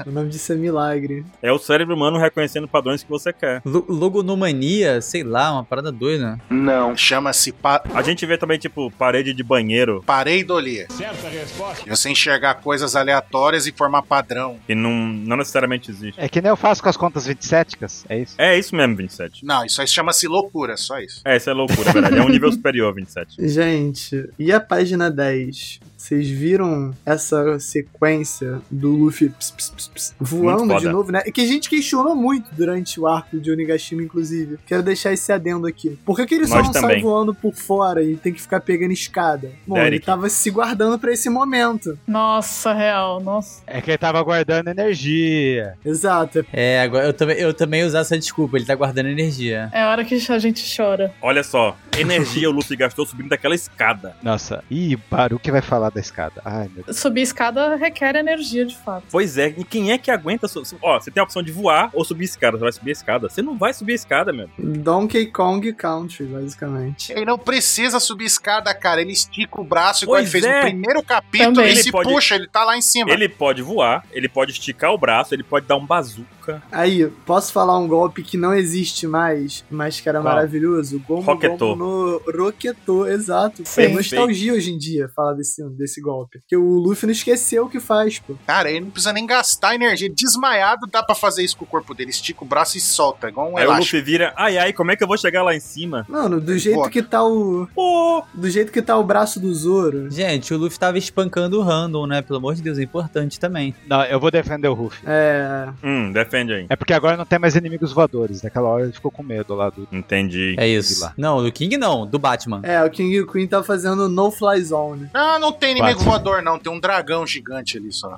S5: O nome disso é milagre.
S4: É o cérebro humano reconhecendo padrões que você quer.
S6: Lo- logonomania, sei lá, uma parada doida.
S3: Não. Chama-se pa
S4: A gente vê também, tipo, parede de banheiro,
S3: pareidolia.
S7: Certa resposta.
S3: E Você enxergar coisas aleatórias e formar padrão.
S4: que não, não necessariamente existe.
S1: É que nem eu faço com as contas 27, é isso?
S4: É isso mesmo, 27.
S3: Não, isso aí chama-se loucura, só isso.
S4: É, isso é loucura, é verdade. É um nível superior, 27.
S5: Gente, e a página 10? Vocês viram essa sequência do Luffy ps, ps, ps, ps, voando
S4: Muito
S5: de
S4: foda.
S5: novo, né? Que a gente questionou muito durante o arco de Onigashima, inclusive. Quero deixar esse adendo aqui. Por que, que ele só
S4: Nós
S5: não sai
S4: também.
S5: voando por fora e tem que ficar pegando escada? Bom, ele
S4: Derek.
S5: tava se guardando pra esse momento.
S2: Nossa, real. Nossa.
S1: É que ele tava guardando energia.
S5: Exato. é
S6: É, agora eu também, eu também ia usar essa desculpa. Ele tá guardando energia.
S2: É a hora que a gente chora.
S4: Olha só, energia o Luffy gastou subindo daquela escada.
S1: Nossa, ih, Baruque vai falar da escada. Ai, meu Deus.
S2: Subir escada requer energia, de fato.
S4: Pois é, e quem é que aguenta. su- su- Ó, você tem a opção de voar ou subir a escada. Você vai subir a escada. Você não vai subir a escada,
S5: É,
S4: meu.
S5: Donkey Kong Country, basicamente.
S3: Ele não precisa subir escada, cara. Ele estica o braço, igual
S4: Pois
S3: ele fez
S4: é.
S3: no primeiro capítulo,
S2: Também.
S3: ele,
S4: Ele
S3: se
S4: pode-
S3: puxa, ele tá lá em cima.
S4: Ele pode voar, ele pode esticar o braço, ele pode dar um bazuca.
S5: Aí, posso falar um golpe que não existe mais, mas que era
S1: Qual?
S5: maravilhoso? Gomu
S4: Roquetô.
S5: Gomu no Roquetô, exato.
S2: Sim.
S5: É nostalgia hoje em dia falar desse, desse golpe. Porque o Luffy não esqueceu o que faz, pô.
S3: Cara, ele não precisa nem gastar energia. Desmaiado, dá pra fazer isso com o corpo dele. Estica o braço e solta, igual um
S4: Aí É o
S3: elástico.
S4: Luffy vira, ai ai, como é que eu vou chegar lá em cima?
S5: Mano, do jeito
S3: Foda.
S5: que tá o.
S4: Pô!
S5: Do jeito que tá o braço do Zoro.
S6: Gente, o Luffy tava espancando o Random, né? Pelo amor de Deus, é importante também.
S1: Não, eu vou defender o Ruffy.
S5: É.
S4: Hum, defende aí.
S1: É porque agora não tem mais inimigos voadores. Naquela hora ele ficou com medo lá do.
S4: Entendi.
S6: É
S1: De
S6: isso.
S1: lá.
S6: Não, do King não, do Batman.
S5: É, o King e o Queen tá fazendo No Fly Zone.
S3: Ah, não tem inimigo
S1: Bate.
S3: voador, não. Tem um dragão gigante ali só.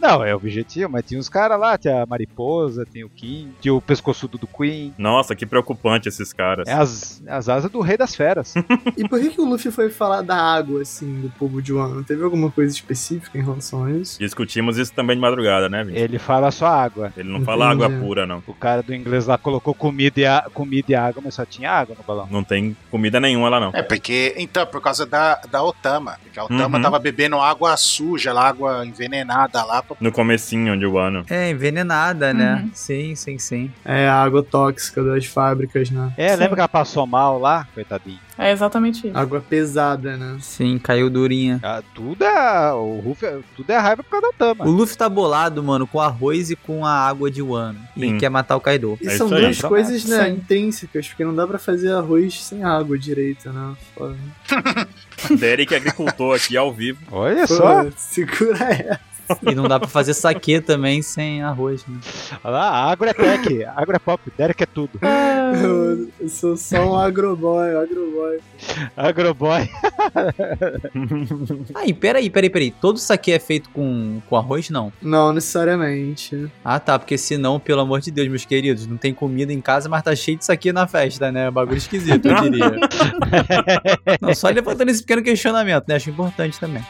S1: Não, é o objetivo, mas tinha os caras lá, tinha a mariposa, tinha o King, tinha o pescoçudo do Queen.
S4: Nossa, que preocupante esses caras.
S1: É as, as asas do rei das feras.
S5: E por que, que o Luffy foi falar da água, assim, do povo de Wano? Teve alguma coisa específica em relação a isso?
S4: Discutimos isso também de madrugada, né, Vini?
S1: ele fala só água.
S4: Ele não fala
S5: Entendi.
S4: água pura, não.
S1: O cara do inglês lá colocou comida e, a- comida e água, mas só tinha água no balão.
S4: Não tem comida nenhuma lá, não.
S3: É, porque. Então, por causa da, da Otama. Porque a Otama
S4: Uhum.
S3: tava bebendo água suja, lá, água envenenada lá. pra-
S4: No comecinho de um Wano.
S6: É, envenenada, né?
S2: Uhum.
S6: Sim, sim, sim.
S5: É, a água tóxica das fábricas, né?
S1: É,
S2: Sim.
S1: lembra que ela passou mal lá? Coitadinho.
S2: É exatamente isso.
S5: Água pesada, né?
S6: Sim, caiu durinha.
S1: Ah, tudo é. O Ruff, tudo é raiva por causa da Tama.
S6: O Luffy tá bolado, mano, com arroz e com a água de Wano. E
S4: Sim.
S6: quer matar o Kaido.
S5: E
S4: É
S5: são
S4: isso aí.
S5: duas coisas, né,
S2: Sim.
S5: intrínsecas, porque não dá pra fazer arroz sem água direito, né? Foda.
S4: Derek é agricultor aqui ao vivo.
S1: Olha
S5: Pô,
S1: só.
S5: segura essa.
S6: E não dá pra fazer saque também sem arroz, né?
S1: Olha lá, agro é tech, agro é pop, Derek é tudo.
S2: Ah.
S5: Eu, eu sou só um agroboy, agroboy.
S1: Agroboy.
S6: Ah, e peraí, peraí, peraí. Todo saque é feito com, com arroz, não?
S5: Não necessariamente.
S6: Ah, tá, porque senão, pelo amor de Deus, meus queridos, não tem comida em casa, mas tá cheio de saque na festa, né? Bagulho esquisito, eu diria. não, só levantando esse pequeno questionamento, né? Acho importante também.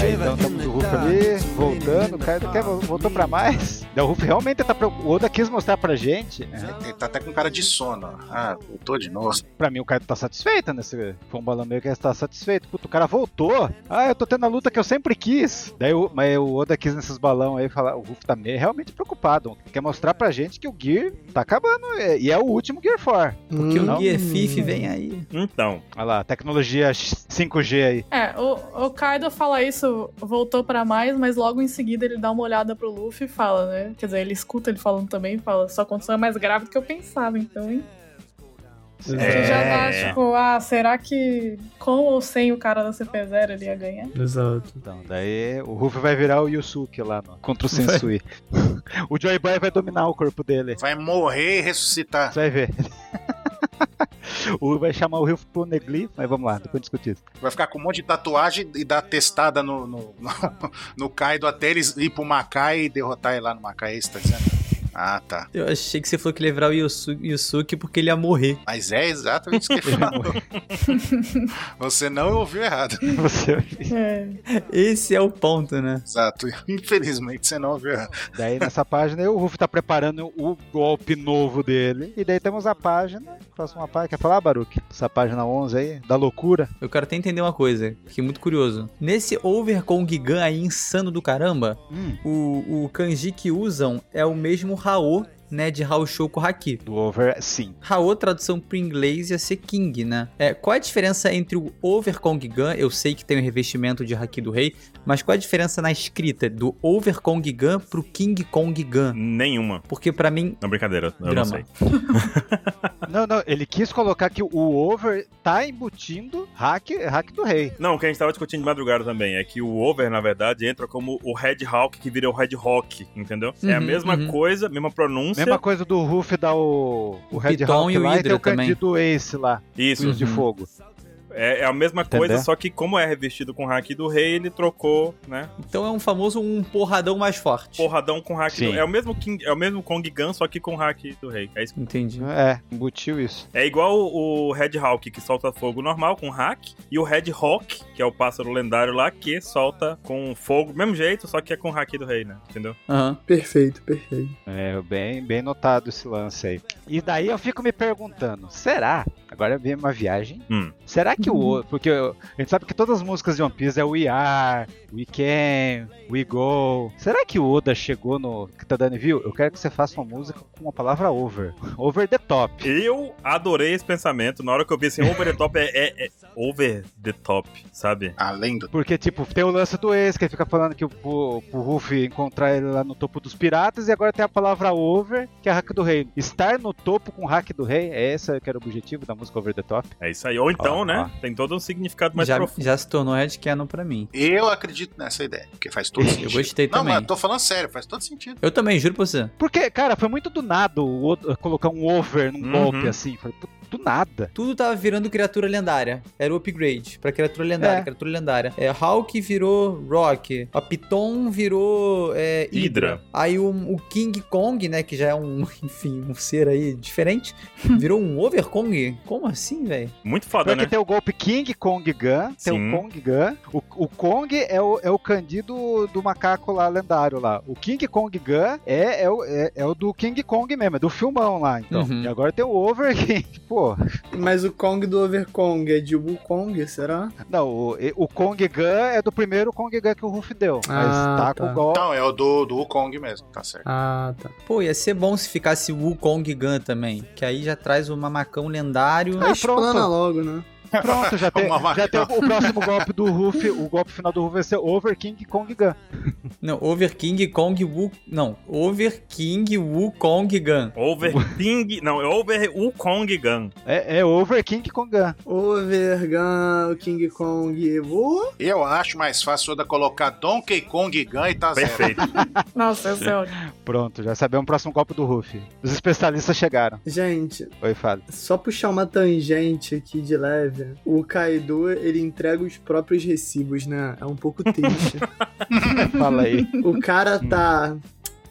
S1: Daí, então estamos o Ruff ali, voltando, o cara quer, voltou pra mais. Daí, O Ruff realmente tá preocupado. O Oda quis mostrar pra gente. né?
S3: Ele tá até com cara de sono. ó. Ah, voltou de novo.
S1: Pra mim, o cara tá satisfeito nesse Fombalão meio que ele tá satisfeito. Puta, o cara voltou. Ah, eu tô tendo a luta que eu sempre quis. Daí o, mas o Oda quis nesses balão aí falar. O Ruff tá meio realmente preocupado. Quer mostrar pra gente que o Gear tá acabando. é- E é o último Gear 4.
S6: Que o
S1: Não.
S5: Hum.
S6: Gear Fifi vem aí.
S4: Então,
S1: Olha lá, tecnologia 5G aí.
S2: É, o, o Kaido fala isso, voltou pra mais, mas logo em seguida ele dá uma olhada pro Luffy e fala, né? Quer dizer, ele escuta ele falando também, fala, sua condição é mais grave do que eu pensava, então, hein?
S4: É.
S2: Já dá, tipo, ah, será que com ou sem o cara da CP0 ele ia ganhar?
S5: Exato.
S1: Então, daí o Ruff vai virar o Yusuke lá no, contra o Sensui. o Joy Boy vai dominar o corpo dele.
S3: Vai morrer e ressuscitar.
S1: Você vai ver. o vai chamar o Ruff pro Negli, mas vamos lá, depois discutir. isso.
S3: Vai ficar com um monte de tatuagem e dar testada no, no, no, no Kaido até eles ir pro Makai e derrotar ele lá no Makai, você tá dizendo? Ah, tá.
S6: Eu achei que você falou que ia virar o Yusu- Yusuke porque ele ia morrer.
S3: Mas é exatamente isso que ele falou. Você não ouviu errado.
S1: Você-
S2: É.
S6: Esse é o ponto, né?
S3: Exato. Infelizmente você não ouviu errado.
S1: Daí nessa página aí, o Ruff tá preparando o golpe novo dele. E daí temos a página, próxima página. Quer falar, Baruque? Essa página 11 aí, da loucura.
S6: Eu quero até entender uma coisa, fiquei muito curioso. Nesse over com o Gigan aí insano do caramba,
S1: Hum,
S6: o, o kanji que usam é o mesmo Raô, né, de Haoshoku Haki.
S1: do over, sim.
S6: Raô, tradução pro inglês, ia ser King, né? É, qual é a diferença entre o over com o Gigan? Eu sei que tem o revestimento de Haki do Rei, mas qual é a diferença na escrita do over com o Gigan pro King com o Gigan?
S4: nenhuma.
S6: Porque pra mim,
S4: Não, brincadeira, eu não
S6: Drama.
S4: sei.
S1: Não, não, ele quis colocar que o over tá embutindo hack, hack do rei.
S4: Não, o que a gente tava discutindo de madrugada também é que o over, na verdade, entra como o Red Hawk que vira o Red Rock, entendeu? é a
S6: Uhum,
S4: mesma
S6: uhum.
S4: coisa, mesma pronúncia.
S1: Mesma coisa do Ruff dar o, o Red
S6: Piton
S1: Hawk
S6: e o
S1: lá e tem
S6: Hydra
S1: o Candido Ace lá,
S4: Isso.
S1: Cruz de
S6: Uhum.
S1: Fogo.
S4: É, é a mesma coisa,
S1: Entendeu?
S4: só que como é revestido com hack do rei, ele trocou, né?
S6: então é um famoso um porradão mais forte.
S4: Porradão com hack
S1: Sim.
S4: do É o mesmo King, é o mesmo Kong Gun, só que com hack do rei. É, isso.
S6: Entendi.
S1: É, embutiu isso.
S4: é igual o o Red Hawk, que solta fogo normal com hack, e o Red Hawk, que é o pássaro lendário lá, que solta com fogo, mesmo jeito, só que é com hack do rei, né? Entendeu?
S6: Aham.
S5: Perfeito, perfeito.
S1: É, bem, bem notado esse lance aí. E daí eu fico me perguntando, será? Agora vem uma viagem.
S4: Hum.
S1: Será que o
S6: Uhum.
S1: o porque eu- a gente sabe que todas as músicas de One Piece é We Are, We Can, We Go. Será que o Oda chegou no que tá dando viu? Eu quero que você faça uma música com a palavra over, over the top.
S4: Eu adorei esse pensamento. Na hora que eu vi assim, over the top é, é- é over the top, sabe?
S3: Além do.
S1: Porque, tipo, tem o lance do ex, que ele fica falando que o, o, o Ruffy encontrar ele lá no topo dos piratas, e agora tem a palavra over, que é hack do rei. Estar no topo com hack do rei, é esse que era o objetivo da música over the top.
S4: É isso aí. Ou então,
S1: Ó,
S4: né? Tem todo um significado mais
S6: Ah, Já,
S4: profundo.
S6: já se tornou Red Canon pra mim.
S3: Eu acredito nessa ideia, porque faz todo sentido.
S6: Eu gostei
S3: Não,
S6: também.
S3: mas eu tô falando sério, faz todo sentido.
S6: Eu também, juro pra você.
S1: Porque, cara, foi muito do nada o outro- colocar um over num
S4: Uhum.
S1: golpe assim. Foi pu- do nada.
S6: Tudo tava virando criatura lendária. Era o upgrade pra criatura lendária,
S1: É.
S6: criatura lendária. É, Hulk virou Rock. A Piton virou é, Hydra.
S4: Hydra.
S6: Aí o, o King Kong, né, que já é um, enfim, um ser aí diferente, virou um Overkong? Como assim, velho?
S4: Muito
S1: Porque
S4: foda, né?
S1: tem o golpe King Kong Gun, tem
S4: Sim.
S1: o Kong Gun. O, o Kong é o, é o candido do macaco lá lendário lá. O King Kong Gun é, é, o, é, é o do King Kong mesmo, é do filmão lá, então.
S6: Uhum.
S1: E agora tem o over que, pô, pô.
S5: Mas o Kong do Overkong é de Wukong, será?
S1: Não, o, o Kong Gun é do primeiro Kong Gun que o Ruff deu. mas
S5: Ah,
S1: tá,
S5: tá.
S1: com o gol.
S3: Então, é o do, do Wukong mesmo, tá certo.
S5: Ah, tá.
S6: Pô, ia ser bom se ficasse Wukong Gun também. Que aí já traz o mamacão lendário.
S1: Ah,
S5: Mas plana
S1: pronto.
S5: logo, né?
S1: Pronto, já tem,
S3: Uma
S1: já tem o, o próximo golpe do Ruff. O golpe final do Ruff vai ser Over King Kong Gun.
S6: Não, Over King Kong Wu. Não, Over King Wukong Gun.
S4: né? Over Ping. Não, é Over Wukong Gun.
S1: É, é Over King Kong Gun.
S5: Overgun, King Kong, vou.
S3: Eu acho mais fácil da colocar Donkey Kong Gun e tá zero.
S4: Perfeito.
S2: Nossa, esse é ótimo.
S1: Pronto, já sabemos o próximo golpe do Ruff. Os especialistas chegaram.
S5: Gente,
S1: Oi, Fábio.
S5: só puxar uma tangente aqui de leve. O Kaido, ele entrega os próprios recibos, né? É um pouco triste.
S1: Fala aí.
S5: O cara tá.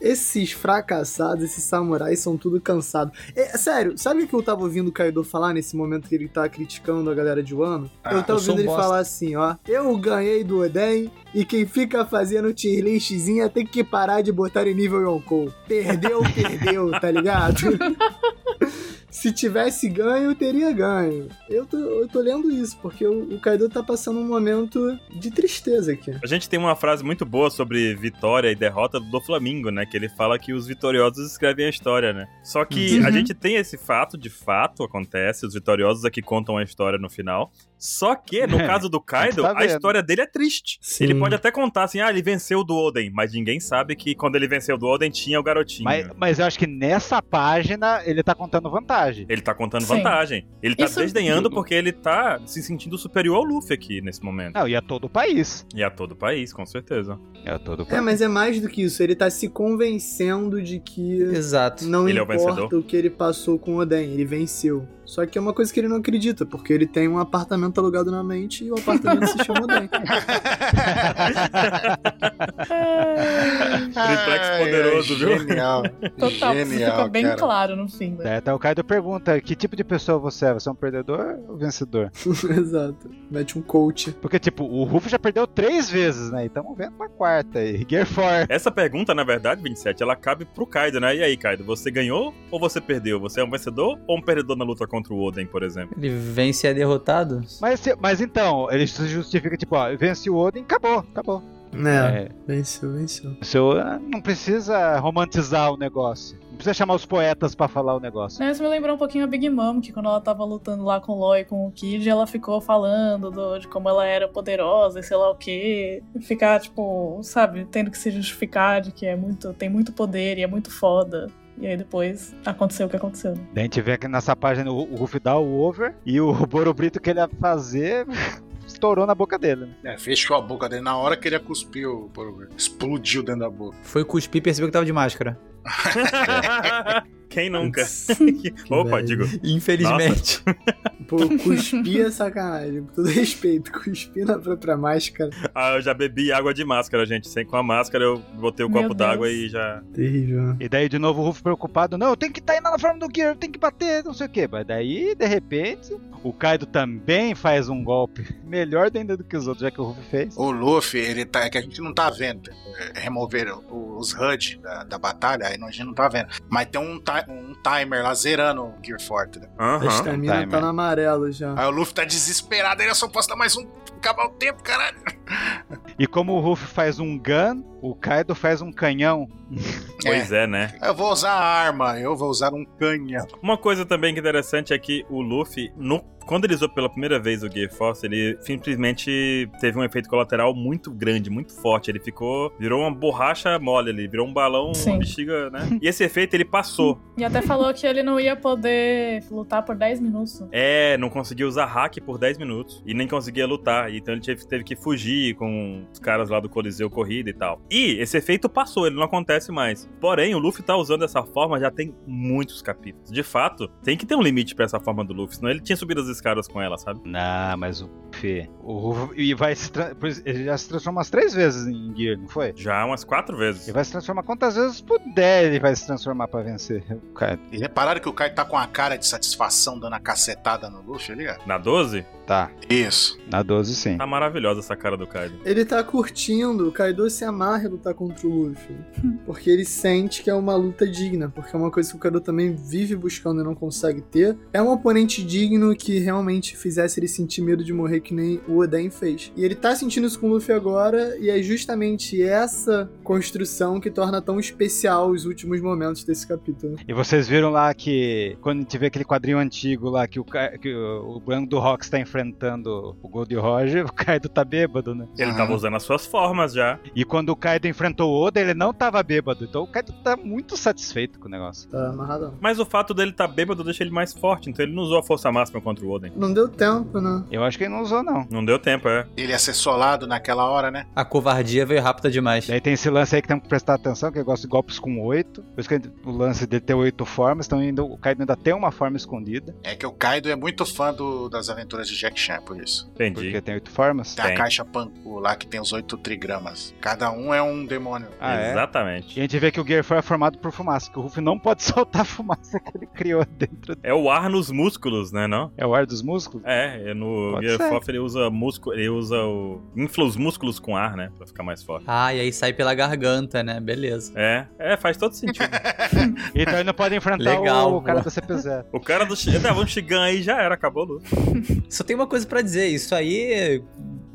S5: Esses fracassados, esses samurais são tudo cansados. É, sério, sabe o que eu tava ouvindo o Kaido falar nesse momento que ele tá criticando a galera de Wano?
S3: Ah,
S5: eu
S6: eu
S5: tava
S6: sou um
S5: ouvindo ele
S6: bosta.
S5: falar assim, ó. Eu ganhei do Oden e quem fica fazendo tier listzinha tem que parar de botar em nível Yonkou. Perdeu, perdeu, tá ligado? Se tivesse ganho, eu teria ganho. Eu tô, eu tô lendo isso, porque o, o Kaido tá passando um momento de tristeza aqui.
S4: A gente tem uma frase muito boa sobre vitória e derrota do Flamengo, né? Que ele fala que os vitoriosos escrevem a história, né? Só que a
S2: Uhum.
S4: gente tem esse fato, de fato acontece, os vitoriosos é que contam a história no final. Só que, no
S1: É,
S4: caso do
S1: gente
S4: Kaido,
S1: tá
S4: a
S1: vendo.
S4: história dele é triste.
S5: Sim.
S4: Ele pode até contar assim, ah, ele venceu do Oden, mas ninguém sabe que quando ele venceu do Oden tinha o garotinho.
S1: Mas, mas eu acho que nessa página ele tá contando vantagem.
S4: Ele tá contando
S2: Sim.
S4: vantagem. Ele tá
S2: Isso-
S4: desdenhando porque ele tá se sentindo superior ao Luffy aqui nesse momento.
S1: Não, e a todo o país.
S4: E a todo o país, com certeza.
S1: É a todo o
S5: É,
S1: país.
S5: mas é mais do que isso. Ele tá se convencendo de que
S6: Exato.
S5: não
S4: Ele é o
S5: importa
S4: vencedor.
S5: o que ele passou com o Oden, ele venceu. Só que é uma coisa que ele não acredita, porque ele tem um apartamento alugado na mente e o apartamento se chama Oden.
S1: É,
S2: É.
S4: Triplex poderoso, viu?
S3: Genial.
S2: Total,
S3: Genial,
S2: fica bem
S3: cara.
S2: claro no fim. né?
S1: Daí até então o Kaido pergunta: que tipo de pessoa você é? Você é um perdedor ou vencedor?
S5: Exato. Mete um coach.
S1: Porque, tipo, o Ruff já perdeu três vezes, né? E estamos vendo uma quarta aí. Gear 4.
S4: Essa pergunta, na verdade, 27, ela cabe pro Kaido, né? E aí, Kaido, você ganhou ou você perdeu? Você é um vencedor ou um perdedor na luta contra o Oden, por exemplo?
S6: Ele vence e é derrotado?
S1: Mas, se- mas então, ele se justifica, tipo, ó, vence o Odin, acabou, acabou.
S5: Né,
S1: É,
S5: venceu, venceu.
S1: o seu ah, não precisa romantizar o negócio. Não precisa chamar os poetas pra falar o negócio.
S2: Não, Isso me lembrou um pouquinho a Big Mom, que quando ela tava lutando lá com o Loy e com o Kid, ela ficou falando do- de como ela era poderosa e sei lá o quê. E Ficar, tipo, sabe, tendo que se justificar de que é muito, tem muito poder e é muito foda. E aí depois aconteceu o que aconteceu. né?
S1: Daí a gente vê aqui nessa página o o Ruff dá o over e o Borobrito que ele ia fazer estourou na boca dele. né?
S3: É, fechou a boca dele na hora que ele ia cuspir o Borogir. Explodiu dentro da boca.
S6: Foi cuspir e percebeu que tava de máscara.
S4: É. Quem nunca?
S5: velho.
S4: Opa, digo.
S6: Infelizmente.
S5: Pô, cuspir é sacanagem. Com todo respeito, cuspir na própria máscara.
S4: Ah, eu já bebi água de máscara, gente. Sem com a máscara, eu botei o
S2: Meu
S4: copo
S2: Deus.
S4: d'água e já.
S5: Terrível. né?
S1: E daí de novo o Ruff preocupado, não, eu tenho que estar indo na forma do Gear, eu tenho que bater, não sei o quê. Mas daí, de repente, o Kaido também faz um golpe melhor ainda do que os outros, já que o Ruff fez.
S3: O Luffy, ele tá. É que a gente não tá vendo. É, Removeram o- os HUD da, da batalha, aí a gente não tá vendo. Mas tem um, ti- um timer lá zerando o Gear Forte. né?
S4: Aham.
S5: A estamina
S1: Timer.
S5: tá no amarelo já.
S3: Aí o Luffy tá desesperado, ele eu só posso dar mais um. Acabar o tempo, caralho.
S1: E como o Ruff faz um gun, o Kaido faz um canhão.
S4: Pois é, né?
S3: Eu vou usar a arma, eu vou usar um canhão.
S4: Uma coisa também que é interessante é que o Luffy, no- quando ele usou pela primeira vez o Gear Force, ele simplesmente teve um efeito colateral muito grande, muito forte. Ele ficou. virou uma borracha mole ali, virou um balão,
S2: Sim.
S4: uma bexiga, né? E esse efeito ele passou.
S2: E até falou que ele não ia poder lutar por 10 minutos.
S4: É, não conseguia usar hack por 10 minutos e nem conseguia lutar. Então ele teve, teve que fugir com os caras lá do Coliseu Corrida e tal. E esse efeito passou, ele não acontece mais. Porém, o Luffy tá usando essa forma já tem muitos capítulos. De fato, tem que ter um limite pra essa forma do Luffy, senão ele tinha subido as escadas com ela, sabe?
S1: Não, mas o Fê. O Ruff- e vai se tra- por exemplo, ele já se transforma umas três vezes em Gear, não foi?
S4: Já umas quatro vezes.
S1: Ele vai se transformar quantas vezes puder, ele vai se transformar pra vencer. o Kaido.
S3: E repararam que o Kai tá com a cara de satisfação dando a cacetada no Luffy ali, ó.
S4: Na 12?
S1: Tá.
S3: Isso.
S1: Na 12, sim.
S4: Tá maravilhosa essa cara do Kaido.
S5: Ele tá curtindo, o Kaido se amarra em lutar contra o Luffy. Porque ele sente que é uma luta digna. Porque é uma coisa que o Kaido também vive buscando e não consegue ter. É um oponente digno que realmente fizesse ele sentir medo de morrer, que nem o Oden fez. E ele tá sentindo isso com o Luffy agora, e é justamente essa construção que torna tão especial os últimos momentos desse capítulo.
S1: E vocês viram lá que quando a gente vê aquele quadrinho antigo lá que o, Ca- que o, o Branco do Rock está enfrentando o Gold Roger, o Kaido tá bêbado, né?
S4: Ele
S3: Aham.
S4: tava usando as suas formas já.
S1: E quando o Kaido enfrentou o Oda, ele não tava bêbado. Então o Kaido tá muito satisfeito com o negócio.
S5: Tá amarradão.
S4: Mas o fato dele tá bêbado deixa ele mais forte, então ele não usou a força máxima contra o Oden.
S5: Não deu tempo, né?
S1: Eu acho que ele não usou, não.
S4: Não deu tempo, é.
S3: Ele ia ser solado naquela hora, né?
S6: A covardia veio rápida demais.
S1: Daí tem esse lance aí que temos que prestar atenção, que ele gosta de golpes com oito. Por isso que ele- o lance dele ter oito formas, então ainda, o Kaido ainda tem uma forma escondida,
S3: É que o Kaido é muito fã do- das aventuras de Jack Chan, por isso.
S4: Entendi.
S1: porque tem oito formas.
S3: Tem a
S4: Tem.
S3: caixa Panku lá que tem os oito trigramas. Cada um é um demônio.
S1: Ah, é? E
S4: Exatamente.
S1: a gente vê que o Gear 4 é formado por fumaça, que o Ruff não pode soltar a fumaça que ele criou dentro.
S4: É o ar nos músculos, né, não?
S1: É o ar dos músculos?
S4: É, é no
S1: Pode
S4: Gear
S1: ser.
S4: Fof ele usa músculo, ele usa o infla os músculos com ar, né, Pra ficar mais forte.
S6: Ah, e aí sai pela garganta, né? Beleza.
S4: É, é, faz todo sentido.
S1: Então ele não pode enfrentar
S6: Legal,
S1: o, o cara
S6: boa.
S1: da CP0.
S4: o cara do Shi- é, Não, vamos Shigan aí já era, acabou o Luffy.
S6: Só tem uma coisa pra dizer, isso aí é-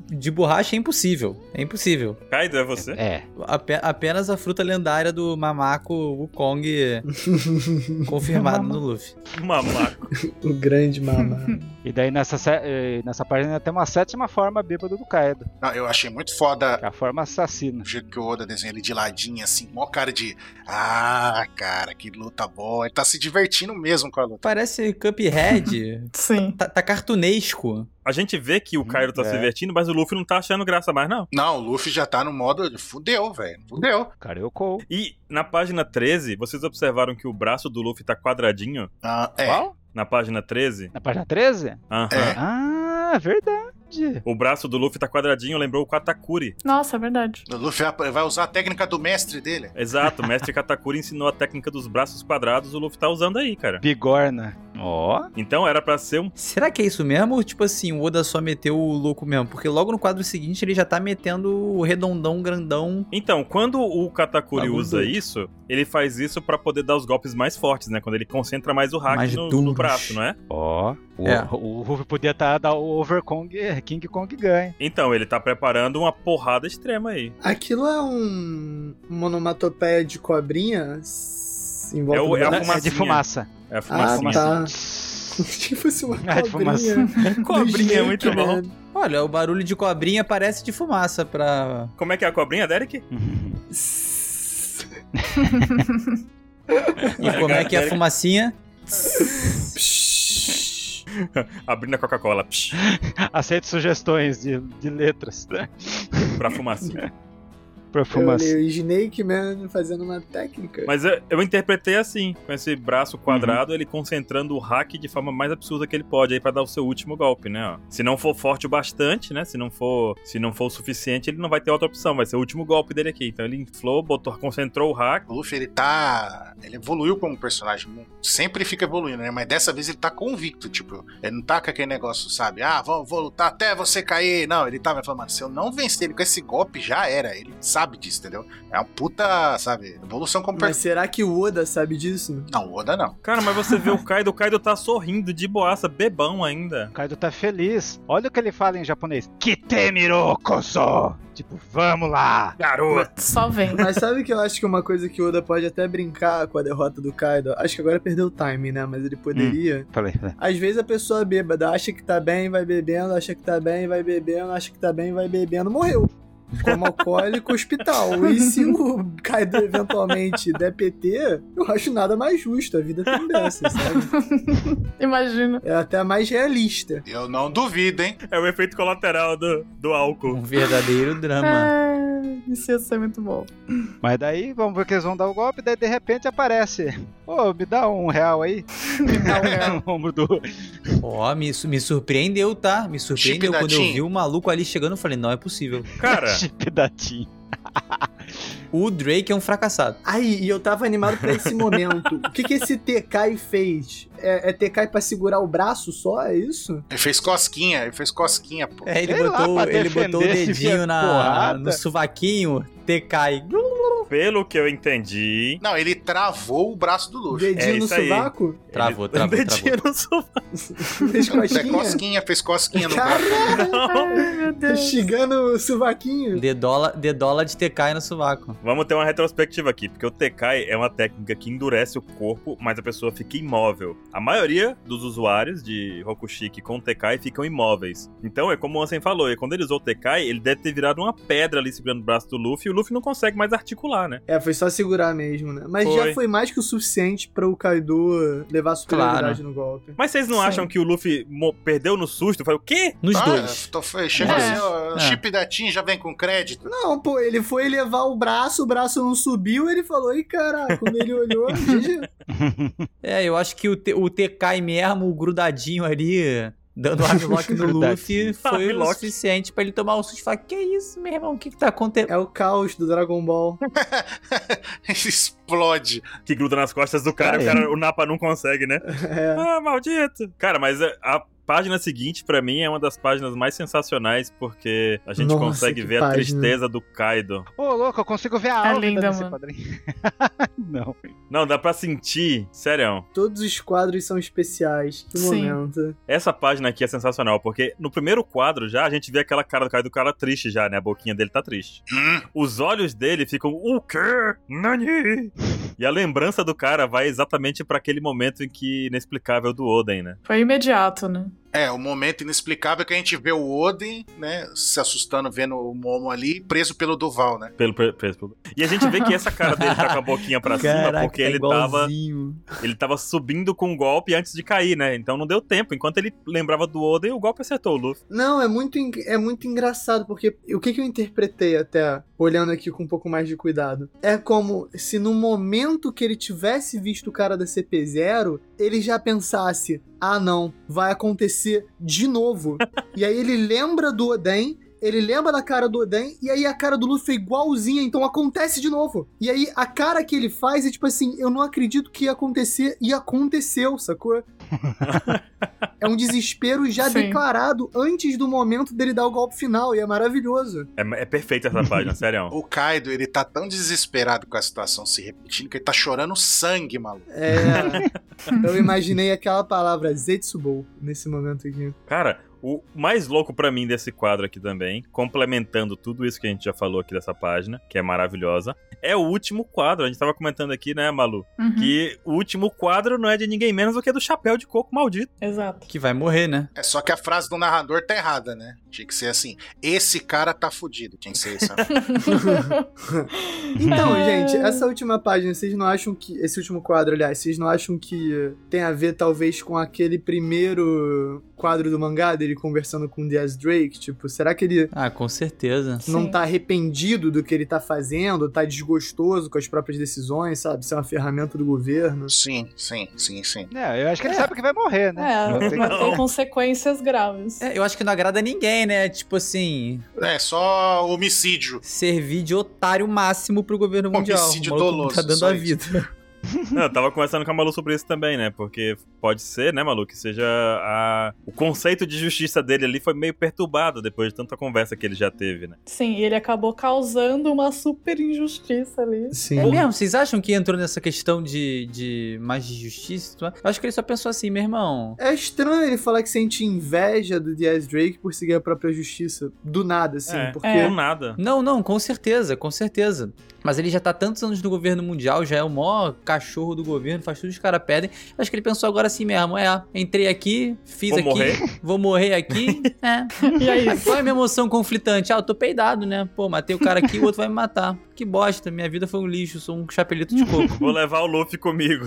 S6: de borracha é impossível. É impossível.
S4: Kaido é você?
S1: É.
S6: Ape- apenas a fruta lendária do mamaco Wukong confirmada no Luffy.
S1: É.
S4: Mamaco.
S5: o grande mamá.
S1: E daí nessa, sé- eh, nessa página ainda tem uma sétima forma bêbada do Kaido,
S3: Não, eu achei muito foda
S1: que é a forma assassina.
S3: o jeito que o Oda desenha ele de ladinho, assim, mó cara de. Ah, cara, que luta boa. Ele tá se divertindo mesmo com a luta.
S6: Parece Cuphead.
S2: Sim.
S6: tá, tá cartunesco.
S4: A gente vê que o Kaido tá
S1: É.
S4: se divertindo, mas o Luffy não tá achando graça mais, não.
S3: Não, o Luffy já tá no modo. de Fudeu, velho. Fudeu.
S1: Cara, eu cou.
S4: E na página 13, vocês observaram que o braço do Luffy tá quadradinho?
S3: Ah, é.
S1: Qual?
S4: Na página 13?
S1: Na página 13?
S4: Aham.
S3: É.
S1: Ah, verdade.
S4: O braço do Luffy tá quadradinho, lembrou o Katakuri.
S2: Nossa, é verdade.
S3: O Luffy vai- vai usar a técnica do mestre dele.
S4: Exato, o mestre Katakuri ensinou a técnica dos braços quadrados, o Luffy tá usando aí, cara.
S1: Bigorna. Ó.
S4: Então era pra ser um.
S6: Será que é isso mesmo? Ou tipo assim, o Oda só meteu o louco mesmo? Porque logo no quadro seguinte ele já tá metendo o redondão, grandão.
S4: Então, quando o Katakuri
S6: Bagulho
S4: usa
S6: doido.
S4: isso, ele faz isso pra poder dar os golpes mais fortes, né? Quando ele concentra mais o hack
S6: Mais
S4: no, no
S6: duros.
S4: braço, não é?
S1: Ó. O,
S6: É.
S1: o Ruffy podia estar tá, o Overkong, King Kong ganha.
S4: Então, ele tá preparando uma porrada extrema aí.
S5: Aquilo é um uma onomatopeia de cobrinha? S- Em volta
S4: É o-
S5: do
S4: é a
S1: Não,
S5: braço?
S1: é de
S4: fumacinha.
S1: fumaça.
S4: É a
S5: Ah,
S4: fumacinha.
S5: tá. Achei que fosse uma
S1: Ah, de fumaça.
S5: cobrinha.
S4: Cobrinha é
S5: Do
S4: muito
S5: Snake,
S4: bom.
S5: né?
S6: Olha, o barulho de cobrinha parece de fumaça pra.
S4: Como é que é a cobrinha, Derek?
S5: Sss.
S6: E como é que é a
S4: Derek
S6: fumacinha?
S5: Psh.
S4: Abrindo a Coca-Cola psh,
S1: Aceite sugestões de, de letras né?
S4: pra fumacinha.
S1: pra
S5: Eu olhei
S1: fumaça.
S5: o Snake Man fazendo uma técnica.
S4: Mas eu, eu interpretei assim, com esse braço quadrado, ele concentrando o hack de forma mais absurda que ele pode aí pra dar o seu último golpe, né? ó. Se não for forte o bastante, né? Se não for, se não for o suficiente, ele não vai ter outra opção, vai ser o último golpe dele aqui. Então ele inflou, botou, concentrou o hack.
S3: O Luffy, ele tá. Ele evoluiu como personagem. Sempre ele fica evoluindo, né? Mas dessa vez ele tá convicto. Tipo, ele não tá com aquele negócio, sabe? Ah, vou, vou lutar até você cair. Não, ele tava falando, mano, se eu não vencer ele com esse golpe, já era. Ele sabe disso, entendeu? É uma puta, sabe? Evolução como
S5: Mas
S3: personagem.
S5: será que o Oda sabe disso?
S3: Não, o Oda não.
S4: Cara, mas você vê o Kaido, o Kaido tá sorrindo de boaça, bebão ainda.
S1: O Kaido tá feliz. Olha o que ele fala em japonês. Kitemiro koso. Tipo, vamos lá.
S4: Garoto!
S2: Só vem.
S5: Mas sabe que eu acho que uma coisa que o Oda pode até brincar com a derrota do Kaido? Acho que agora perdeu o time, né? Mas ele poderia.
S1: Falei, né? falei.
S5: Às vezes a pessoa bêbada acha que tá bem, vai bebendo, acha que tá bem, vai bebendo, acha que tá bem, vai bebendo, morreu. Como alcoólico, hospital. E se o Kaido eventualmente der PT, eu acho nada mais justo. A vida tem dessas, sabe?
S2: Imagina.
S5: É até mais realista.
S3: Eu não duvido, hein?
S4: É o efeito colateral do, do álcool.
S6: Um verdadeiro
S1: Ah.
S6: drama.
S2: É, isso ia ser muito bom.
S1: Mas daí, vamos ver que eles vão dar o golpe. Daí, de repente, aparece. Ô, me dá um real aí. Me dá um
S2: é.
S1: real. no ombro do...
S6: Ó, me, su- me surpreendeu, tá? Me
S3: Chip
S6: surpreendeu
S3: da
S6: quando eu
S3: Tim.
S4: É.
S6: vi o maluco ali chegando, eu falei, não é possível.
S4: Cara,
S1: Chip da Tim.
S6: O Drake é um fracassado.
S5: Aí, e eu tava animado pra esse momento. o que que esse Tekai fez? É, é Tekai pra segurar o braço só? É isso?
S3: Ele fez cosquinha, ele fez cosquinha, pô.
S6: É, ele
S1: Sei lá,
S6: botou,
S1: pra
S6: ele
S1: defender
S6: botou o
S1: esse filho
S6: dedinho
S1: da
S6: na,
S1: porrada.
S6: no sovaquinho, Tekai.
S4: Pelo que eu entendi.
S3: Não, ele travou o braço do Luffy.
S5: Dedinho
S4: É
S5: no
S4: isso aí.
S5: sovaco?
S6: Travou,
S4: ele-
S6: travou,
S4: Dedinho no sovaco.
S5: Fez
S3: É
S5: cosquinha?
S3: cosquinha, fez cosquinha no braço.
S5: Caralho,
S2: Ai, meu Deus.
S5: xingando o sovaquinho.
S6: Dedola, dedola de Tekai no sovaco.
S4: Vamos ter uma retrospectiva aqui, porque o Tekai é uma técnica que endurece o corpo, mas a pessoa fica imóvel. A maioria dos usuários de Rokushiki com Tekai ficam imóveis. Então é como o Ansem falou, e quando ele usou o Tekai, ele deve ter virado uma pedra ali segurando o braço do Luffy, e o Luffy não consegue mais articular, né?
S5: É, foi só segurar mesmo, né? Mas
S4: Foi.
S5: já foi mais que o suficiente pra o Kaido levar superioridade no golpe.
S4: Mas vocês não
S2: Sim.
S4: acham que o Luffy mo- perdeu no susto? Foi o quê?
S6: Nos
S3: Ah,
S6: dois.
S3: tô fe- Chega
S2: É.
S3: assim, ó,
S6: É.
S3: chip da TIM já vem com crédito.
S5: Não, pô, ele foi levar o braço, o braço não subiu, ele falou, e caraca, quando ele olhou, GG.
S6: É, eu acho que o, te, o Tekai mesmo, o grudadinho ali, dando armlock no Luffy,
S4: Grudadinho.
S6: foi o
S4: Armlock.
S6: suficiente pra ele tomar o susto e falar, que isso, meu irmão, o que que tá acontecendo?
S5: é o caos do Dragon Ball.
S3: Ele explode.
S4: Que gruda nas costas do cara, o, cara o Napa não consegue, né?
S5: É.
S4: Ah, maldito! Cara, mas a, a página seguinte, pra mim, é uma das páginas mais sensacionais, porque a gente
S5: Nossa,
S4: consegue
S5: que
S4: ver a
S5: página.
S4: tristeza do Kaido.
S1: Ô, louco, eu consigo ver a alma
S2: linda,
S1: desse
S2: Tá mano.
S1: quadrinho. Não.
S4: Não, dá pra sentir, sério.
S5: Todos os quadros são especiais. Que
S2: Sim.
S5: momento.
S4: Essa página aqui é sensacional, porque no primeiro quadro já a gente vê aquela cara do Kaido, o cara triste já, né? A boquinha dele tá triste.
S3: Hum,
S4: Os olhos dele ficam, o quê? Nani! E a lembrança do cara vai exatamente pra aquele momento em que inexplicável do Oden, né?
S2: Foi imediato, né?
S3: É, o momento inexplicável que a gente vê o Oden, né, se assustando vendo o Momo ali, preso pelo Duval, né?
S4: Pelo, pre- preso pelo- E a gente vê que essa cara dele tá com a boquinha pra cima, porque
S6: tá
S4: ele tava,
S6: igualzinho.
S4: ele tava subindo com o golpe antes de cair, né? Então não deu tempo. Enquanto ele lembrava do Oden, o golpe acertou o Luffy.
S5: Não, é muito, en- é muito engraçado, porque o que, que eu interpretei até, olhando aqui com um pouco mais de cuidado, é como se no momento que ele tivesse visto o cara da CP0, ele já pensasse, ah não, vai acontecer de novo. e aí ele lembra do Oden, ele lembra da cara do Oden, e aí a cara do Luffy é igualzinha, então acontece de novo. E aí a cara que ele faz é tipo assim, eu não acredito que ia acontecer, e aconteceu, sacou? É um desespero já
S2: Sim.
S5: declarado antes do momento dele dar o golpe final, e é maravilhoso.
S4: É, é perfeita essa página, sério.
S3: O Kaido, ele tá tão desesperado com a situação se repetindo que ele tá chorando sangue, maluco.
S5: É. eu imaginei aquela palavra Zetsubou nesse momento aqui.
S4: Cara, o mais louco pra mim desse quadro aqui também, complementando tudo isso que a gente já falou aqui dessa página, que é maravilhosa, é o último quadro. A gente tava comentando aqui, né, Malu?
S2: Uhum,
S4: Que o último quadro não é de ninguém menos do que do chapéu de coco maldito.
S2: Exato.
S6: Que vai morrer, né?
S3: É só que a frase do narrador tá errada, né? Tinha que ser assim, esse cara tá fudido, tinha que ser isso.
S5: Então,
S2: É.
S5: gente, essa última página, vocês não acham que. Esse último quadro, aliás, vocês não acham que tem a ver, talvez, com aquele primeiro quadro do mangá dele conversando com o Diaz Drake? Tipo, será que ele.
S6: Ah, com certeza.
S5: Não
S2: Sim.
S5: tá arrependido do que ele tá fazendo, tá desgostoso com as próprias decisões, sabe? Ser uma ferramenta do governo.
S3: sim, sim, sim, sim.
S1: Não, Né, eu acho que ele sabe que vai morrer, né? Não
S2: É,
S1: tem
S2: vai
S1: como.
S2: ter consequências graves.
S6: É, eu acho que não agrada ninguém, né? Tipo assim,
S3: É só homicídio.
S6: servir de otário máximo pro governo mundial.
S3: Um Homicídio
S6: O maluco
S3: doloso,
S6: Tá dando
S3: só
S6: a
S3: isso.
S6: vida.
S4: Não, eu tava conversando com a Malu sobre isso também, né? Porque pode ser, né, Malu, que seja a... o conceito de justiça dele ali foi meio perturbado depois de tanta conversa que ele já teve, né?
S2: Sim, e ele acabou causando uma super injustiça ali.
S5: Sim.
S6: É mesmo? Vocês acham que entrou nessa questão de, de mais de justiça? e tudo mais? Eu acho que ele só pensou assim, meu irmão.
S5: É estranho ele falar que sente inveja do Diaz Drake por seguir a própria justiça. Do nada, assim.
S4: É.
S5: Porque.
S2: É.
S4: Do nada.
S6: Não, não, com certeza, com certeza. Mas ele já tá tantos anos no governo mundial, já é o maior cachorro do governo, faz tudo que os caras pedem. Acho que ele pensou agora assim mesmo, é, entrei aqui, fiz
S4: Vou
S6: aqui,
S4: morrer.
S6: vou morrer aqui. é,
S2: E aí?
S6: Qual é a minha emoção conflitante? Ah, eu tô peidado, né? Pô, matei o cara aqui, o outro vai me matar. Que bosta, minha vida foi um lixo, sou um chapelito de coco.
S4: Vou levar o Luffy comigo.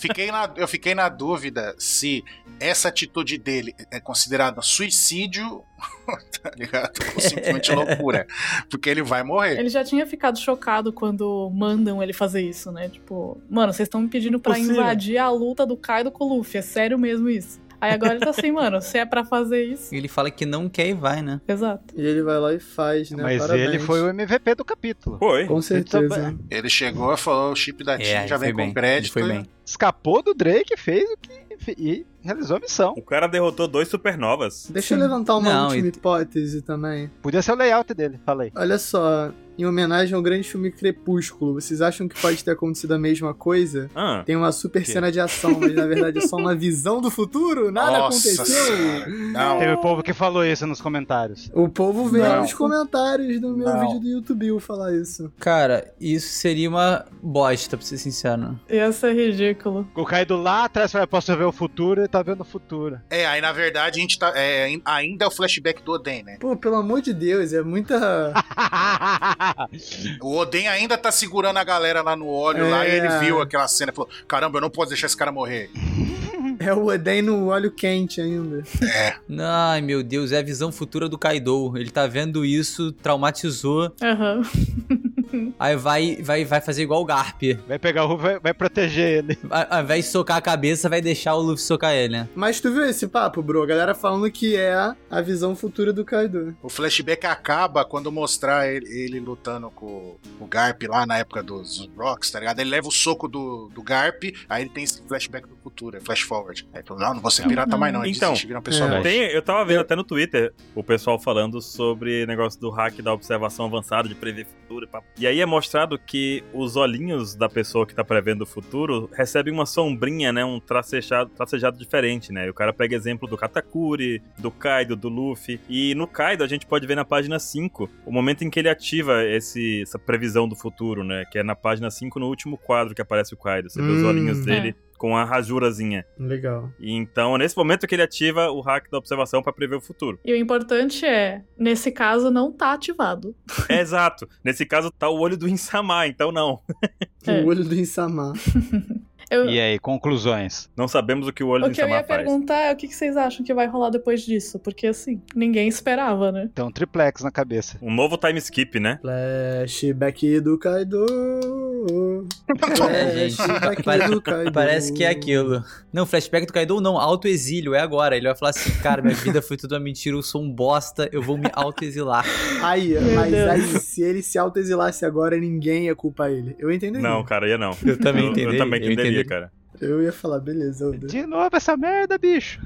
S3: Fiquei na, eu fiquei na dúvida se essa atitude dele é considerada suicídio, tá ligado? Ou simplesmente loucura. Porque ele vai morrer.
S2: Ele já tinha ficado chocado quando mandam ele fazer isso, né? Tipo, mano, vocês estão me pedindo pra
S4: Impossível.
S2: invadir a luta do Kaido com o Luffy. É sério mesmo isso? Aí agora ele tá assim, mano, se é pra fazer isso.
S6: Ele fala que não quer e vai, né?
S2: Exato.
S5: E ele vai lá e faz, né?
S1: Mas
S5: Parabéns.
S1: ele foi o tá MVP do capítulo.
S4: Foi.
S5: Com certeza.
S6: também.
S3: Ele chegou, falou o chip da Tim, já
S6: É, ele foi
S3: vem com
S6: bem, ele
S3: crédito. né?
S6: foi bem.
S1: Escapou do Drake, fez o que. e realizou a missão.
S4: O cara derrotou dois supernovas.
S5: Deixa eu
S2: Sim.
S5: levantar uma
S6: Não,
S5: última
S6: e-
S5: hipótese também.
S1: Podia ser o layout dele, falei.
S5: Olha só, em homenagem ao grande filme Crepúsculo, vocês acham que pode ter acontecido a mesma coisa?
S4: Ah,
S5: Tem uma super
S1: Quê?
S5: cena de ação, mas na verdade é só uma visão do futuro? Nada
S3: Nossa
S5: aconteceu! É.
S3: Senhora. Não,
S1: Teve o povo que falou isso nos comentários.
S5: O povo veio
S3: Não.
S5: nos comentários do meu
S3: Não.
S5: vídeo do YouTube falar isso.
S6: Cara, isso seria uma bosta, pra ser sincero.
S2: Ia ser é ridículo.
S1: O Kaido lá atrás fala, posso ver o futuro, ele tá vendo o futuro.
S3: é, aí na verdade a gente tá. é, ain- ainda é o flashback do Oden, né?
S5: Pô, pelo amor de Deus, é muita.
S3: O Oden ainda tá segurando a galera lá no óleo lá e
S5: É.
S3: ele viu aquela cena e falou: caramba, eu não posso deixar esse cara morrer.
S5: É o Oden no óleo quente ainda.
S6: Ai, meu Deus, é a visão futura do Kaido. Ele tá vendo isso, traumatizou.
S2: Aham.
S6: Aí vai vai, vai fazer igual o Garp.
S1: vai pegar o Ruff, vai, vai proteger ele.
S6: Vai- Ao invés de socar a cabeça, vai deixar o Luffy socar ele, né?
S5: Mas tu viu esse papo, bro? A galera falando que é a visão futura do Kaido.
S3: O flashback acaba quando mostrar ele, ele lutando com o Garp lá na época dos Rocks, tá ligado? Ele leva o soco do, do Garp, aí ele tem esse flashback do futuro, é flash forward. Aí ele falou: não, não vou ser pirata mais não. Ele
S4: Então,
S3: desiste, vira uma pessoa
S5: é.
S3: normal.
S4: tem, eu tava vendo até no Twitter o pessoal falando sobre negócio do hack da observação avançada, de prever futuro. e pá. E aí é mostrado que os olhinhos da pessoa que tá prevendo o futuro recebem uma sombrinha, né? Um tracejado, tracejado diferente, né? E o cara pega exemplo do Katakuri, do Kaido, do Luffy. E no Kaido a gente pode ver na página 5 o momento em que ele ativa esse- essa previsão do futuro, né? Que é na página 5, no último quadro que aparece o Kaido. Você vê os
S5: Hum.
S4: olhinhos dele com a rajurazinha.
S5: Legal.
S4: E Então, é nesse momento que ele ativa o hack da observação pra prever o futuro.
S2: E o importante é, nesse caso, não tá ativado.
S4: É exato. Nesse caso, tá o olho do Insama, então não.
S2: É.
S5: O olho do Insama.
S2: Eu-
S1: E aí, conclusões.
S4: Não sabemos o que o olho
S2: o
S4: do
S2: que eu
S4: Insama
S2: ia
S4: faz.
S2: perguntar é o que que vocês acham que vai rolar depois disso, porque assim, ninguém esperava, né?
S1: Então, triplex na cabeça.
S4: Um novo time skip, né?
S5: Flashback do Kaido.
S3: Então,
S6: É, gente.
S5: Flashback do Kaido.
S6: Parece que é aquilo. Não, flashback do Kaido não, autoexílio, é agora. Ele vai falar assim, cara, minha vida foi tudo uma mentira, eu sou um bosta, eu vou me autoexilar.
S5: Aí,
S2: Meu
S5: mas
S2: Deus.
S5: aí, se ele se autoexilasse agora, ninguém ia culpar ele. Eu entenderia.
S4: Não, cara, ia não.
S6: Eu também
S4: eu,
S6: entendi.
S4: eu também entenderia, cara.
S5: Eu ia falar, beleza, Oda.
S1: De novo essa merda, bicho.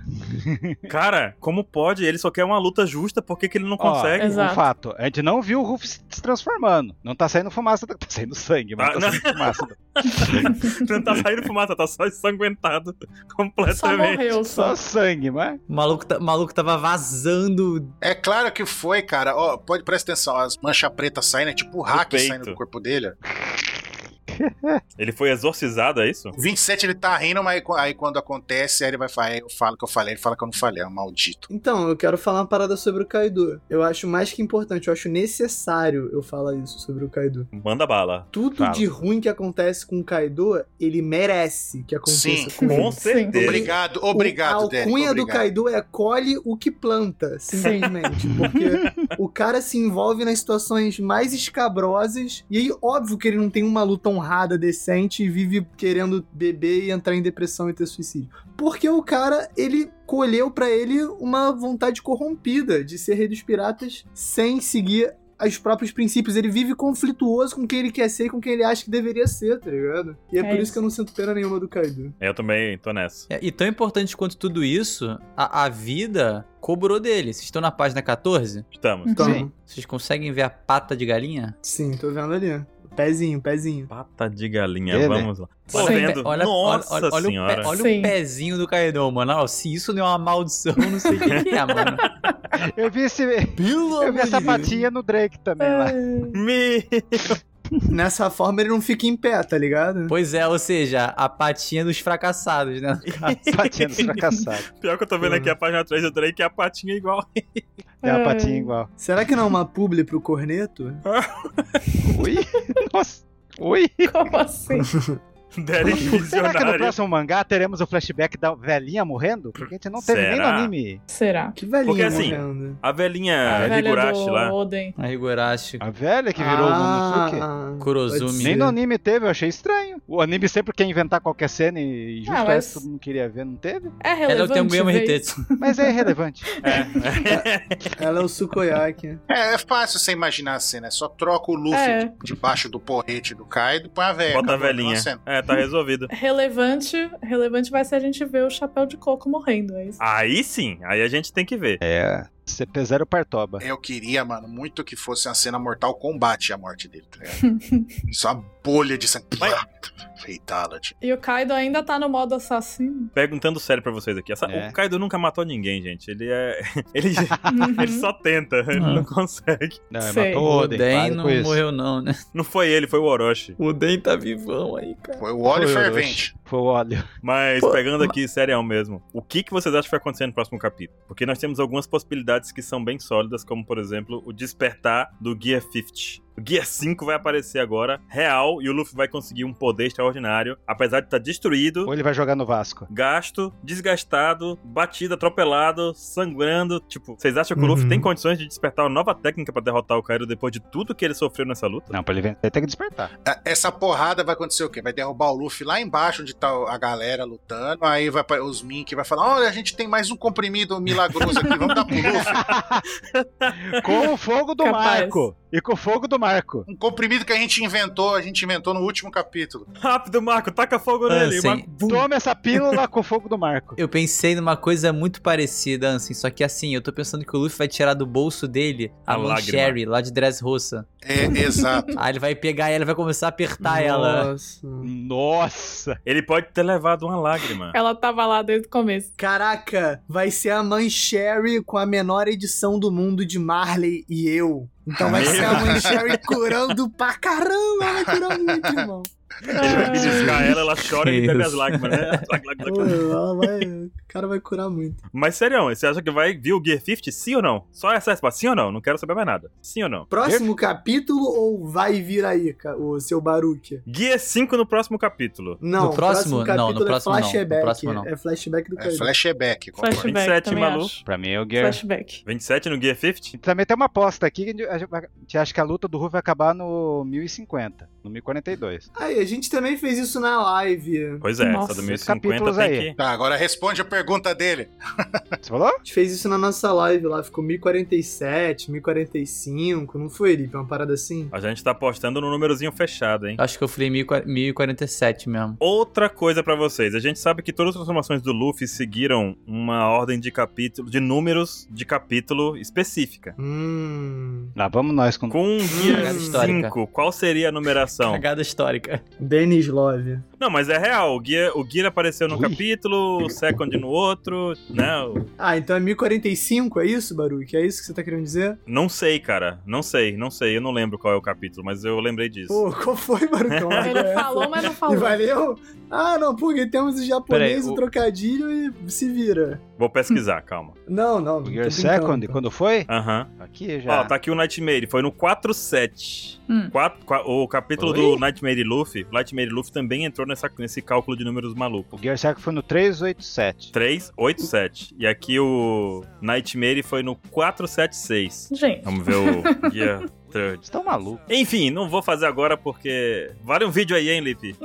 S4: Cara, como pode? Ele só quer uma luta justa, por que, que ele não
S1: Ó,
S4: consegue?
S2: Exato.
S1: Um fato, a gente não viu o Ruff se transformando. Não tá saindo fumaça, tá tá saindo sangue, mas
S4: Ah,
S1: tá
S4: não.
S1: saindo fumaça.
S4: Não tá saindo fumaça, tá só ensanguentado
S2: Só
S4: completamente.
S2: morreu,
S1: Só
S2: só.
S1: sangue, é? mas...
S6: O maluco, tá- o maluco tava vazando.
S3: É claro que foi, cara. Ó, pode presta atenção, as manchas pretas saindo, é tipo o hack
S4: peito.
S3: saindo do corpo dele.
S4: Ele foi exorcizado, é isso?
S3: O 27 ele tá rindo, mas aí qu- aí quando acontece, aí ele vai falar, "É, eu falo que eu falei, ele fala que eu não falei, é um maldito.
S5: Então, eu quero falar uma parada sobre o Kaido. Eu acho mais que importante, eu acho necessário eu falar isso sobre o Kaido.
S4: Manda bala.
S5: Tudo
S4: Fala.
S5: de ruim que acontece com o Kaido, ele merece que aconteça
S3: Sim,
S5: com ele.
S4: Com
S2: Sim.
S4: certeza.
S3: Obrigado,
S5: a
S3: obrigado, Derek.
S5: alcunha do
S3: obrigado.
S5: Kaido é colhe o que planta, simplesmente. Porque o cara se envolve nas situações mais escabrosas. E aí, óbvio que ele não tem uma luta honrada, decente, e vive querendo beber e entrar em depressão e ter suicídio. Porque o cara, ele colheu pra ele uma vontade corrompida de ser rei dos piratas sem seguir os próprios princípios. Ele vive conflituoso com quem ele quer ser e com quem ele acha que deveria ser, tá ligado? E é,
S2: É
S5: por isso
S2: isso. Uhum.
S5: que eu não sinto pena nenhuma do Kaido.
S4: Eu também tô nessa.
S6: É, E tão importante quanto tudo isso, a, a vida cobrou dele. Vocês estão na página 14?
S4: Estamos.
S2: Uhum.
S5: Então,
S1: Sim.
S6: Vocês conseguem ver a pata de galinha?
S5: Sim, tô vendo ali. Pezinho, pezinho.
S4: Pata de galinha,
S1: Ele.
S4: vamos lá. Tô
S2: Olha,
S4: vendo.
S6: Olha, olha,
S4: Nossa
S6: olha, olha, o,
S4: senhora.
S6: pé- olha o
S2: Sim.
S6: pezinho do Kaido, mano. Ó, se isso não é uma maldição, eu não sei o que, que é, mano.
S1: Eu vi, esse,
S6: Pelo
S1: eu vi
S6: amor
S1: essa
S6: de Deus.
S1: patinha no Drake também
S2: É,
S1: lá.
S4: Me...
S5: Nessa forma ele não fica em pé, tá ligado?
S6: Pois é, ou seja, a patinha dos fracassados, né?
S1: Patinha dos fracassados.
S4: Pior que eu tô vendo aqui a página 3 do Drake é a patinha igual.
S1: Tem uma
S2: É.
S1: patinha igual.
S5: Será que não é uma publi pro corneto?
S1: Ui, nossa. Ui.
S2: Como assim?
S4: Derek
S1: Será que no
S4: Visionário.
S1: próximo mangá teremos o flashback da velhinha morrendo? Porque a gente não teve nem no
S4: Será?
S1: anime.
S2: Será?
S5: Que velhinho
S4: Porque assim,
S5: morrendo.
S4: A velhinha
S2: a velha
S4: Higurashi
S2: do
S4: é lá.
S2: Oden.
S6: A Higurashi,
S1: A velha que virou o Momosuke.
S5: ah,
S6: Kurozumi.
S1: Nem no anime teve, eu achei estranho. O anime sempre quer inventar qualquer cena e justo
S2: Ah, mas-
S1: essa todo mundo queria ver, não teve?
S2: É
S6: Ela
S2: relevante.
S6: tem um Guyama
S2: ver
S6: Ritetsu.
S1: Mas é irrelevante.
S5: Ela é o Sukoyaki.
S3: É, é fácil você imaginar a cena, é só troca o Luffy
S2: É.
S3: de- debaixo do porrete do Kaido, põe a velha.
S4: Bota a
S3: acabou,
S4: velhinha.
S3: uma cena.
S4: É, tá resolvido.
S2: Relevante, relevante vai ser a gente ver o chapéu de coco morrendo, é isso.
S4: Aí sim, aí a gente tem que ver.
S1: É. CP0 Partoba.
S3: Eu queria, mano, muito que fosse uma cena mortal combate a morte dele, tá ligado? Isso é uma bolha de sangue. tipo.
S4: Mas-
S3: Fatality.
S2: E o Kaido ainda tá no modo assassino.
S4: Perguntando sério pra vocês aqui. essa-
S1: É.
S4: O Kaido nunca matou ninguém, gente. Ele é. Ele,
S2: Uhum.
S4: ele só tenta, ele
S6: Ah.
S4: não consegue.
S1: Não, é
S2: Sei.
S1: matou
S6: O
S1: o Oden.
S6: Oden
S1: para com
S6: não
S1: isso.
S6: morreu, não, né?
S4: Não foi ele, foi o Orochi.
S6: O Oden tá vivão aí, cara.
S3: Foi o
S1: Foi
S3: óleo
S1: o
S3: fervente.
S1: Foi o óleo.
S4: Mas
S6: Pô,
S4: pegando aqui, serial mesmo, o que, que vocês acham que vai acontecer no próximo capítulo? Porque nós temos algumas possibilidades que são bem sólidas, como por exemplo, o despertar do Gear 50. O Gear 5 vai aparecer agora, real, e o Luffy vai conseguir um poder extraordinário, apesar de estar destruído.
S1: Ou ele vai jogar no Vasco.
S4: Gasto, desgastado, batido, atropelado, sangrando. Tipo, vocês acham que o Luffy
S6: Uhum.
S4: tem condições de despertar uma nova técnica pra derrotar o Kaido depois de tudo que ele sofreu nessa luta?
S1: Não, pra ele vencer tem que despertar.
S3: A- É, Essa porrada vai acontecer o quê? Vai derrubar o Luffy lá embaixo, onde tá a galera lutando. Aí vai pra- os Mink vai falar: olha, a gente tem mais um comprimido milagroso aqui, vamos dar pro Luffy.
S1: Com o fogo do
S2: Capaz.
S1: Marco. E com o fogo do Marco.
S3: Um comprimido que a gente inventou, a gente inventou no último capítulo.
S4: Rápido, Marco, taca fogo nele.
S6: Ah, Ansem,
S4: Marco, bum.
S1: Toma essa pílula com o fogo do Marco.
S6: Eu pensei numa coisa muito parecida, assim, só que assim, eu tô pensando que o Luffy vai tirar do bolso dele a,
S4: A
S6: mão
S4: lágrima.
S6: Sherry, lá de Dressrosa.
S3: É, exato.
S6: Aí ele vai pegar ela e vai começar a apertar Tá ela.
S5: Nossa.
S1: Nossa!
S4: Ele pode ter levado uma lágrima.
S2: Ela tava lá desde o começo.
S5: Caraca, vai ser a mãe Sherry com a menor edição do mundo de Marley e eu. Então vai ser a mãe Sherry curando pra caramba, ela curando muito, irmão.
S4: Ele
S2: Ah,
S4: vai beliscar ela, ela chora e ele bebe as
S6: Isso.
S4: lágrimas, né? Lac, lac, lac,
S5: Pô,
S4: lac.
S5: ela vai- o cara vai curar muito.
S4: Mas serião, você acha que vai vir o Gear 50? Sim ou não? Só essa resposta, sim ou não? Não quero saber mais nada. Sim ou não?
S5: Próximo capítulo ou vai vir aí, ca- o seu Baruque?
S4: Gear 5 no próximo capítulo.
S5: Não,
S6: No próximo? Não, no
S5: capítulo
S6: próximo
S5: é
S6: não, no
S5: flashback.
S6: próximo não.
S5: É flashback do
S3: É
S5: Kaido.
S3: flashback, concordo.
S2: Flashback,
S4: 27,
S2: também
S4: Malu.
S2: acho.
S1: Pra mim é o Gear.
S2: Flashback.
S4: 27 no Gear 50?
S1: Também tem uma aposta aqui que a gente- a gente acha que a luta do Ruff vai acabar no 1050, no 1042.
S5: Aí, a gente também fez isso na live.
S4: Pois é,
S2: Nossa.
S4: essa do
S1: Capítulos
S4: 1050 tem
S1: aí.
S4: que...
S3: Tá, agora responde a pergunta dele.
S1: Você falou?
S5: A gente fez isso na nossa live lá, ficou 1047, 1045, não foi, Lipe? Uma parada assim?
S4: A gente tá apostando no númerozinho fechado, hein?
S6: Acho que eu falei 1047 mesmo.
S4: Outra coisa pra vocês, a gente sabe que todas as transformações do Luffy seguiram uma ordem de capítulo, de números de capítulo específica.
S5: Hum.
S1: Lá Ah, vamos nós com.
S4: Com o Gear
S6: Cagada histórica.
S4: 5, qual seria a numeração?
S6: Cagada histórica.
S5: Denis Love.
S4: Não, mas é real, o Gear, o Gear apareceu num
S1: Ui.
S4: capítulo, o Second no outro, né?
S5: Ah, então é 1045, é isso, Baruque? É isso que você tá querendo dizer?
S4: Não sei, cara, não sei, não sei, eu não lembro qual é o capítulo, mas eu lembrei disso.
S5: Pô, qual foi, Barucão?
S2: Ele falou, um mas não
S5: E
S2: falou.
S5: valeu? Ah, não, porque temos o japonês,
S6: Peraí,
S5: o
S6: o-
S5: trocadilho e se vira.
S4: Vou pesquisar, calma.
S5: Não, não.
S1: O
S5: tô
S1: Gear
S5: brincando,
S1: Second,
S5: pô.
S1: quando foi?
S4: Aham.
S1: Aqui já.
S4: Ó, tá aqui o Nightmare, foi no 4-7.
S2: Hum.
S4: Quatro- qua- o capítulo
S1: Oi?
S4: do Nightmare e Luffy, o Nightmare e Luffy também entrou nessa, nesse cálculo de números maluco.
S1: O Gear Second foi no 387.
S4: 3, 8, 7. E aqui o Nightmare foi no 4, 7, 6.
S2: Gente,
S4: Vamos ver o Gear Third.
S1: Vocês estão malucos.
S4: Enfim, não vou fazer agora porque. Vale um vídeo aí, hein, Lipe?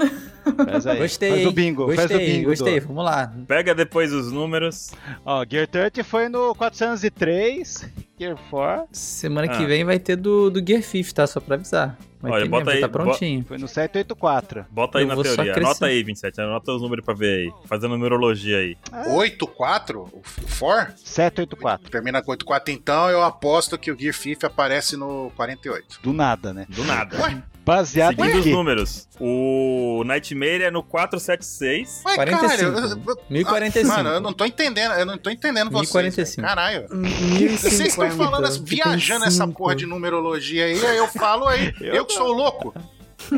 S1: Faz aí.
S6: Gostei.
S1: Faz o
S6: hein?
S1: bingo.
S6: Gostei,
S1: faz o bingo.
S6: gostei.
S1: Du.
S6: Vamos lá.
S4: Pega depois os números.
S1: Ó, Gear 30 foi no 403. Gear 4
S6: Semana que
S4: Ah.
S6: vem vai ter do, do Gear 5, tá? Só pra avisar. Vai
S4: Olha,
S6: ter
S4: bota
S6: mesmo, já
S4: aí,
S6: tá prontinho.
S1: foi no 784.
S4: Bota aí
S6: Eu
S4: na
S6: vou só
S4: teoria.
S6: acrescentar.
S4: Anota aí, 27. Anota os números pra ver aí. Fazendo numerologia aí.
S5: Ah.
S3: 8-4? O For?
S1: 784.
S3: Termina com 8-4, então eu aposto que o Gear Fifth aparece no 48.
S1: Do nada, né?
S4: Do nada.
S3: Ué,
S6: tá
S1: Baseado
S4: Seguindo
S1: em
S4: os
S1: quê?
S4: números. O Nightmare é no 476.
S3: Ué,
S6: 45.
S3: cara, eu- eu-
S6: 1045.
S3: Mano, eu não tô entendendo, eu não tô entendendo vocês.
S6: 1045.
S3: velho. Caralho.
S5: Hum,
S3: Vocês
S5: 1050.
S3: estão falando, assim, viajando essa
S5: 45.
S3: porra de numerologia aí, aí eu falo aí, eu, que sou louco.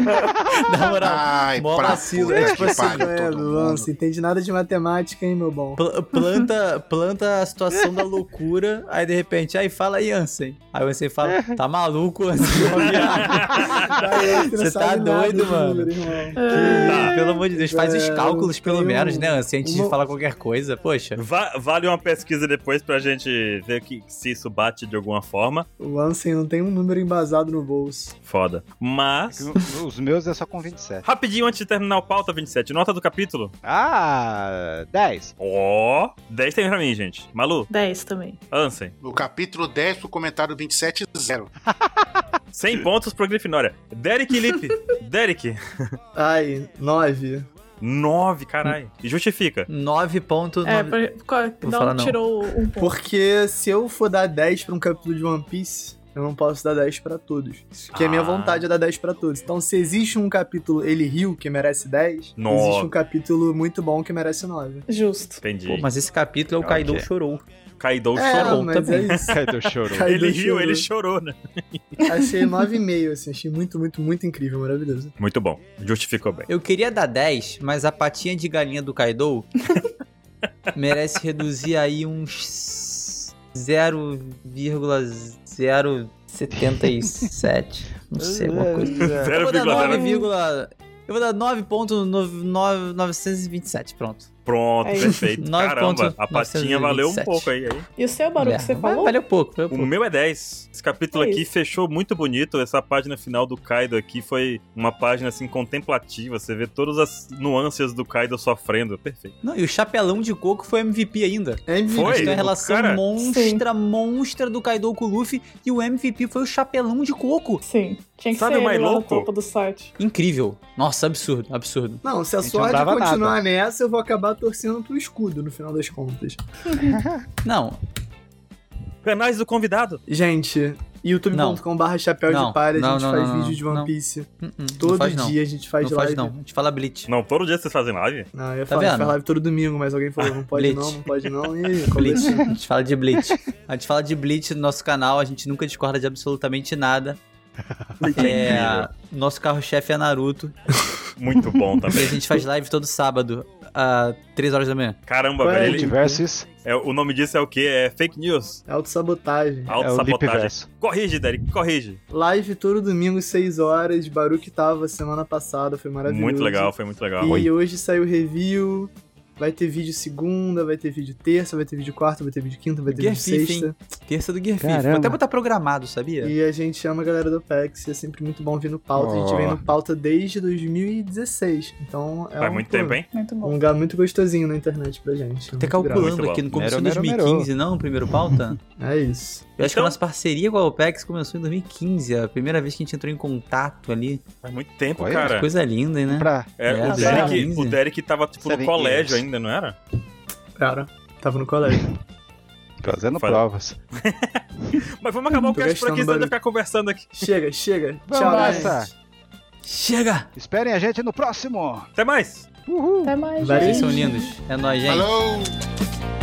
S6: Na moral.
S3: Ai,
S6: mó
S3: pra
S6: vacilo,
S3: puta
S6: né?
S3: que
S5: Tipo assim,
S3: pariu
S5: é,
S3: todo
S5: não,
S3: mundo.
S5: você entende nada de matemática, hein, meu bom?
S6: pl- Planta, planta a situação da loucura, aí de repente, aí fala aí, Ansem. Aí o Ansem fala, tá maluco, Ansem? Tá. Vou virar.
S5: Vai, não
S6: Você tá
S5: sabe nada
S6: doido,
S5: de
S6: mano.
S5: número, irmão.
S4: Tá.
S6: Pelo amor de Deus, faz os
S5: É,
S6: cálculos pelo
S5: tem
S6: menos,
S5: um-
S6: né, Ansem, antes
S5: uma-
S6: de falar qualquer coisa. Poxa.
S4: Va- vale uma pesquisa depois pra gente ver que, se isso bate de alguma forma.
S5: O Ansem não tem um número embasado no bolso.
S4: Foda. Mas.
S1: Os meus é só com 27.
S4: Rapidinho antes de terminar o pauta 27, nota do capítulo.
S1: Ah, 10.
S4: Ó, 10 tem pra mim, gente. Malu,
S2: 10 também.
S4: Ansem.
S3: No capítulo 10, pro comentário 27, zero.
S4: 100 pontos pro Grifinória. Derek e Lipe. Derek,
S5: Ai, nove.
S4: 9,
S6: Hum.
S4: caralho. E justifica.
S6: 9 pontos.
S2: É,
S6: nove-
S2: por, qual-
S6: Vou
S2: não
S6: falar não.
S2: tirou um ponto.
S5: Porque se eu for dar 10 pra um capítulo de One Piece, eu não posso dar 10 pra todos. Porque a minha
S4: Ah.
S5: vontade é dar 10 pra todos. Então, se existe um capítulo ele riu que merece 10,
S4: Nossa.
S5: existe um capítulo muito bom que merece 9.
S2: Justo.
S4: Entendi.
S6: Pô, mas esse capítulo é o
S1: Ok.
S6: Kaido chorou.
S4: Kaidou
S5: É,
S4: chorou.
S5: mas
S6: também.
S5: é isso.
S1: Kaido chorou.
S5: Kaido
S4: ele riu,
S5: chorou.
S4: ele chorou, né?
S5: Achei 9,5, assim. Achei muito, muito, muito incrível, maravilhoso.
S4: Muito bom. Justificou bem.
S6: Eu queria dar 10, mas a patinha de galinha do Kaido merece reduzir aí uns 0,077. Não sei, alguma coisa.
S5: É.
S6: Eu vou dar
S4: 0,0.
S6: 9, eu vou dar 9.927, pronto.
S4: Pronto,
S2: É isso.
S4: perfeito.
S6: Nove
S4: Caramba,
S6: ponto
S4: a patinha
S6: 927.
S4: valeu um pouco aí. aí.
S2: E o seu barulho que
S6: Merda.
S2: você
S6: Mas
S2: falou?
S6: Valeu pouco, valeu
S4: O
S6: pouco.
S4: meu é 10. Esse capítulo
S2: É
S4: aqui
S2: isso.
S4: fechou muito bonito. Essa página final do Kaido aqui foi uma página assim contemplativa. Você vê todas as nuances do Kaido sofrendo. Perfeito.
S6: Não, e o chapelão de coco foi MVP ainda.
S5: É MVP.
S4: Foi?
S6: Eles têm uma relação
S4: cara.
S6: monstra, monstra do Kaido com o Luffy. E o MVP foi o chapelão de coco.
S2: Sim. Tinha que
S4: Sabe
S2: ser
S4: o mais
S2: ele lá no
S4: louco?
S2: topo do site.
S6: Incrível. Nossa, absurdo, absurdo.
S5: Não, se a
S1: A gente
S5: sorte
S1: não dava
S5: continuar nessa, eu vou acabar torcendo pro escudo no final das contas.
S6: Não,
S4: Canais do convidado.
S5: Gente, youtube.com.br chapéu
S6: Não.
S5: de palha, a gente
S6: Não, não,
S5: faz
S6: não, não,
S5: vídeo de One
S6: não.
S5: Piece.
S6: hum, hum, não
S5: Todo
S6: faz não.
S5: dia a gente faz
S6: não
S5: live.
S6: faz não. A gente fala Blitz.
S4: Não, todo dia vocês fazem live?
S5: Não, eu ia
S6: Tá
S5: falar, a gente
S6: vendo?
S5: faz live todo domingo, mas alguém falou, não pode
S6: Blitz.
S5: não, não pode não, e
S6: Blitz.
S5: começou.
S6: A gente fala de Blitz. A gente fala de Blitz no nosso canal, a gente nunca discorda de absolutamente nada. É, nosso carro-chefe é Naruto.
S4: Muito bom
S6: E a
S4: também.
S6: gente faz live todo sábado, às 3 horas da manhã.
S4: Caramba,
S5: Ué,
S4: velho.
S1: Ele
S4: ele-
S1: versus
S4: é, o nome disso é o quê? É fake news.
S1: é o
S5: Autossabotagem.
S1: Lip
S4: Autossabotagem.
S1: verso.
S4: corrige, Derek, corrige.
S5: Live todo domingo, 6 horas, Baruque tava semana passada, foi maravilhoso.
S4: Muito legal, foi muito legal.
S5: E hoje saiu review, vai ter vídeo segunda, vai ter vídeo terça, vai ter vídeo quarta, vai ter vídeo quinta, vai ter
S6: Gear
S5: vídeo
S6: Fifth,
S5: sexta.
S6: Terça do Gear Fifth. Vou
S1: Caramba.
S6: até botar programado, sabia?
S5: E a gente ama a galera do PEX, é sempre muito bom vir no pauta. A gente
S1: Ó.
S5: vem no pauta desde 2016, então é
S4: Faz
S5: um,
S4: muito
S5: pô,
S4: tempo, hein?
S2: Muito
S5: um
S2: bom.
S5: lugar muito gostosinho na internet pra gente.
S6: Até
S5: Muito
S4: Muito
S6: calculando
S4: bom.
S6: aqui no começo de
S1: Mero, mero,
S6: 2015, não? O primeiro pauta?
S5: grato. É isso.
S6: Eu acho que
S4: Então-
S6: a nossa parceria com a OPEX começou em 2015, a primeira vez que a gente entrou em contato ali.
S4: Faz muito tempo,
S1: Olha,
S4: cara.
S6: Coisa linda, né?
S1: Pra
S4: É,
S6: É,
S4: o,
S2: tá.
S5: né?
S4: Derek, o
S6: 15.
S4: Derek tava, tipo, no
S1: Seven
S4: colégio
S1: years.
S4: ainda, não era?
S5: Cara, tava no colégio.
S1: fazendo
S4: Fala.
S1: provas.
S4: Mas vamos acabar o
S5: Tô
S4: cast por aqui, senão a
S5: gastando
S4: gente vai
S5: barulho.
S4: ficar conversando aqui.
S5: chega, chega.
S1: Vamos
S5: Tchau,
S1: nessa.
S5: gente.
S6: Chega!
S1: Esperem a gente no próximo.
S4: Até mais!
S1: Uhul.
S2: Até mais,
S5: Vai,
S6: um
S2: gente.
S6: Vocês são lindos. É nóis, gente.
S3: Falou!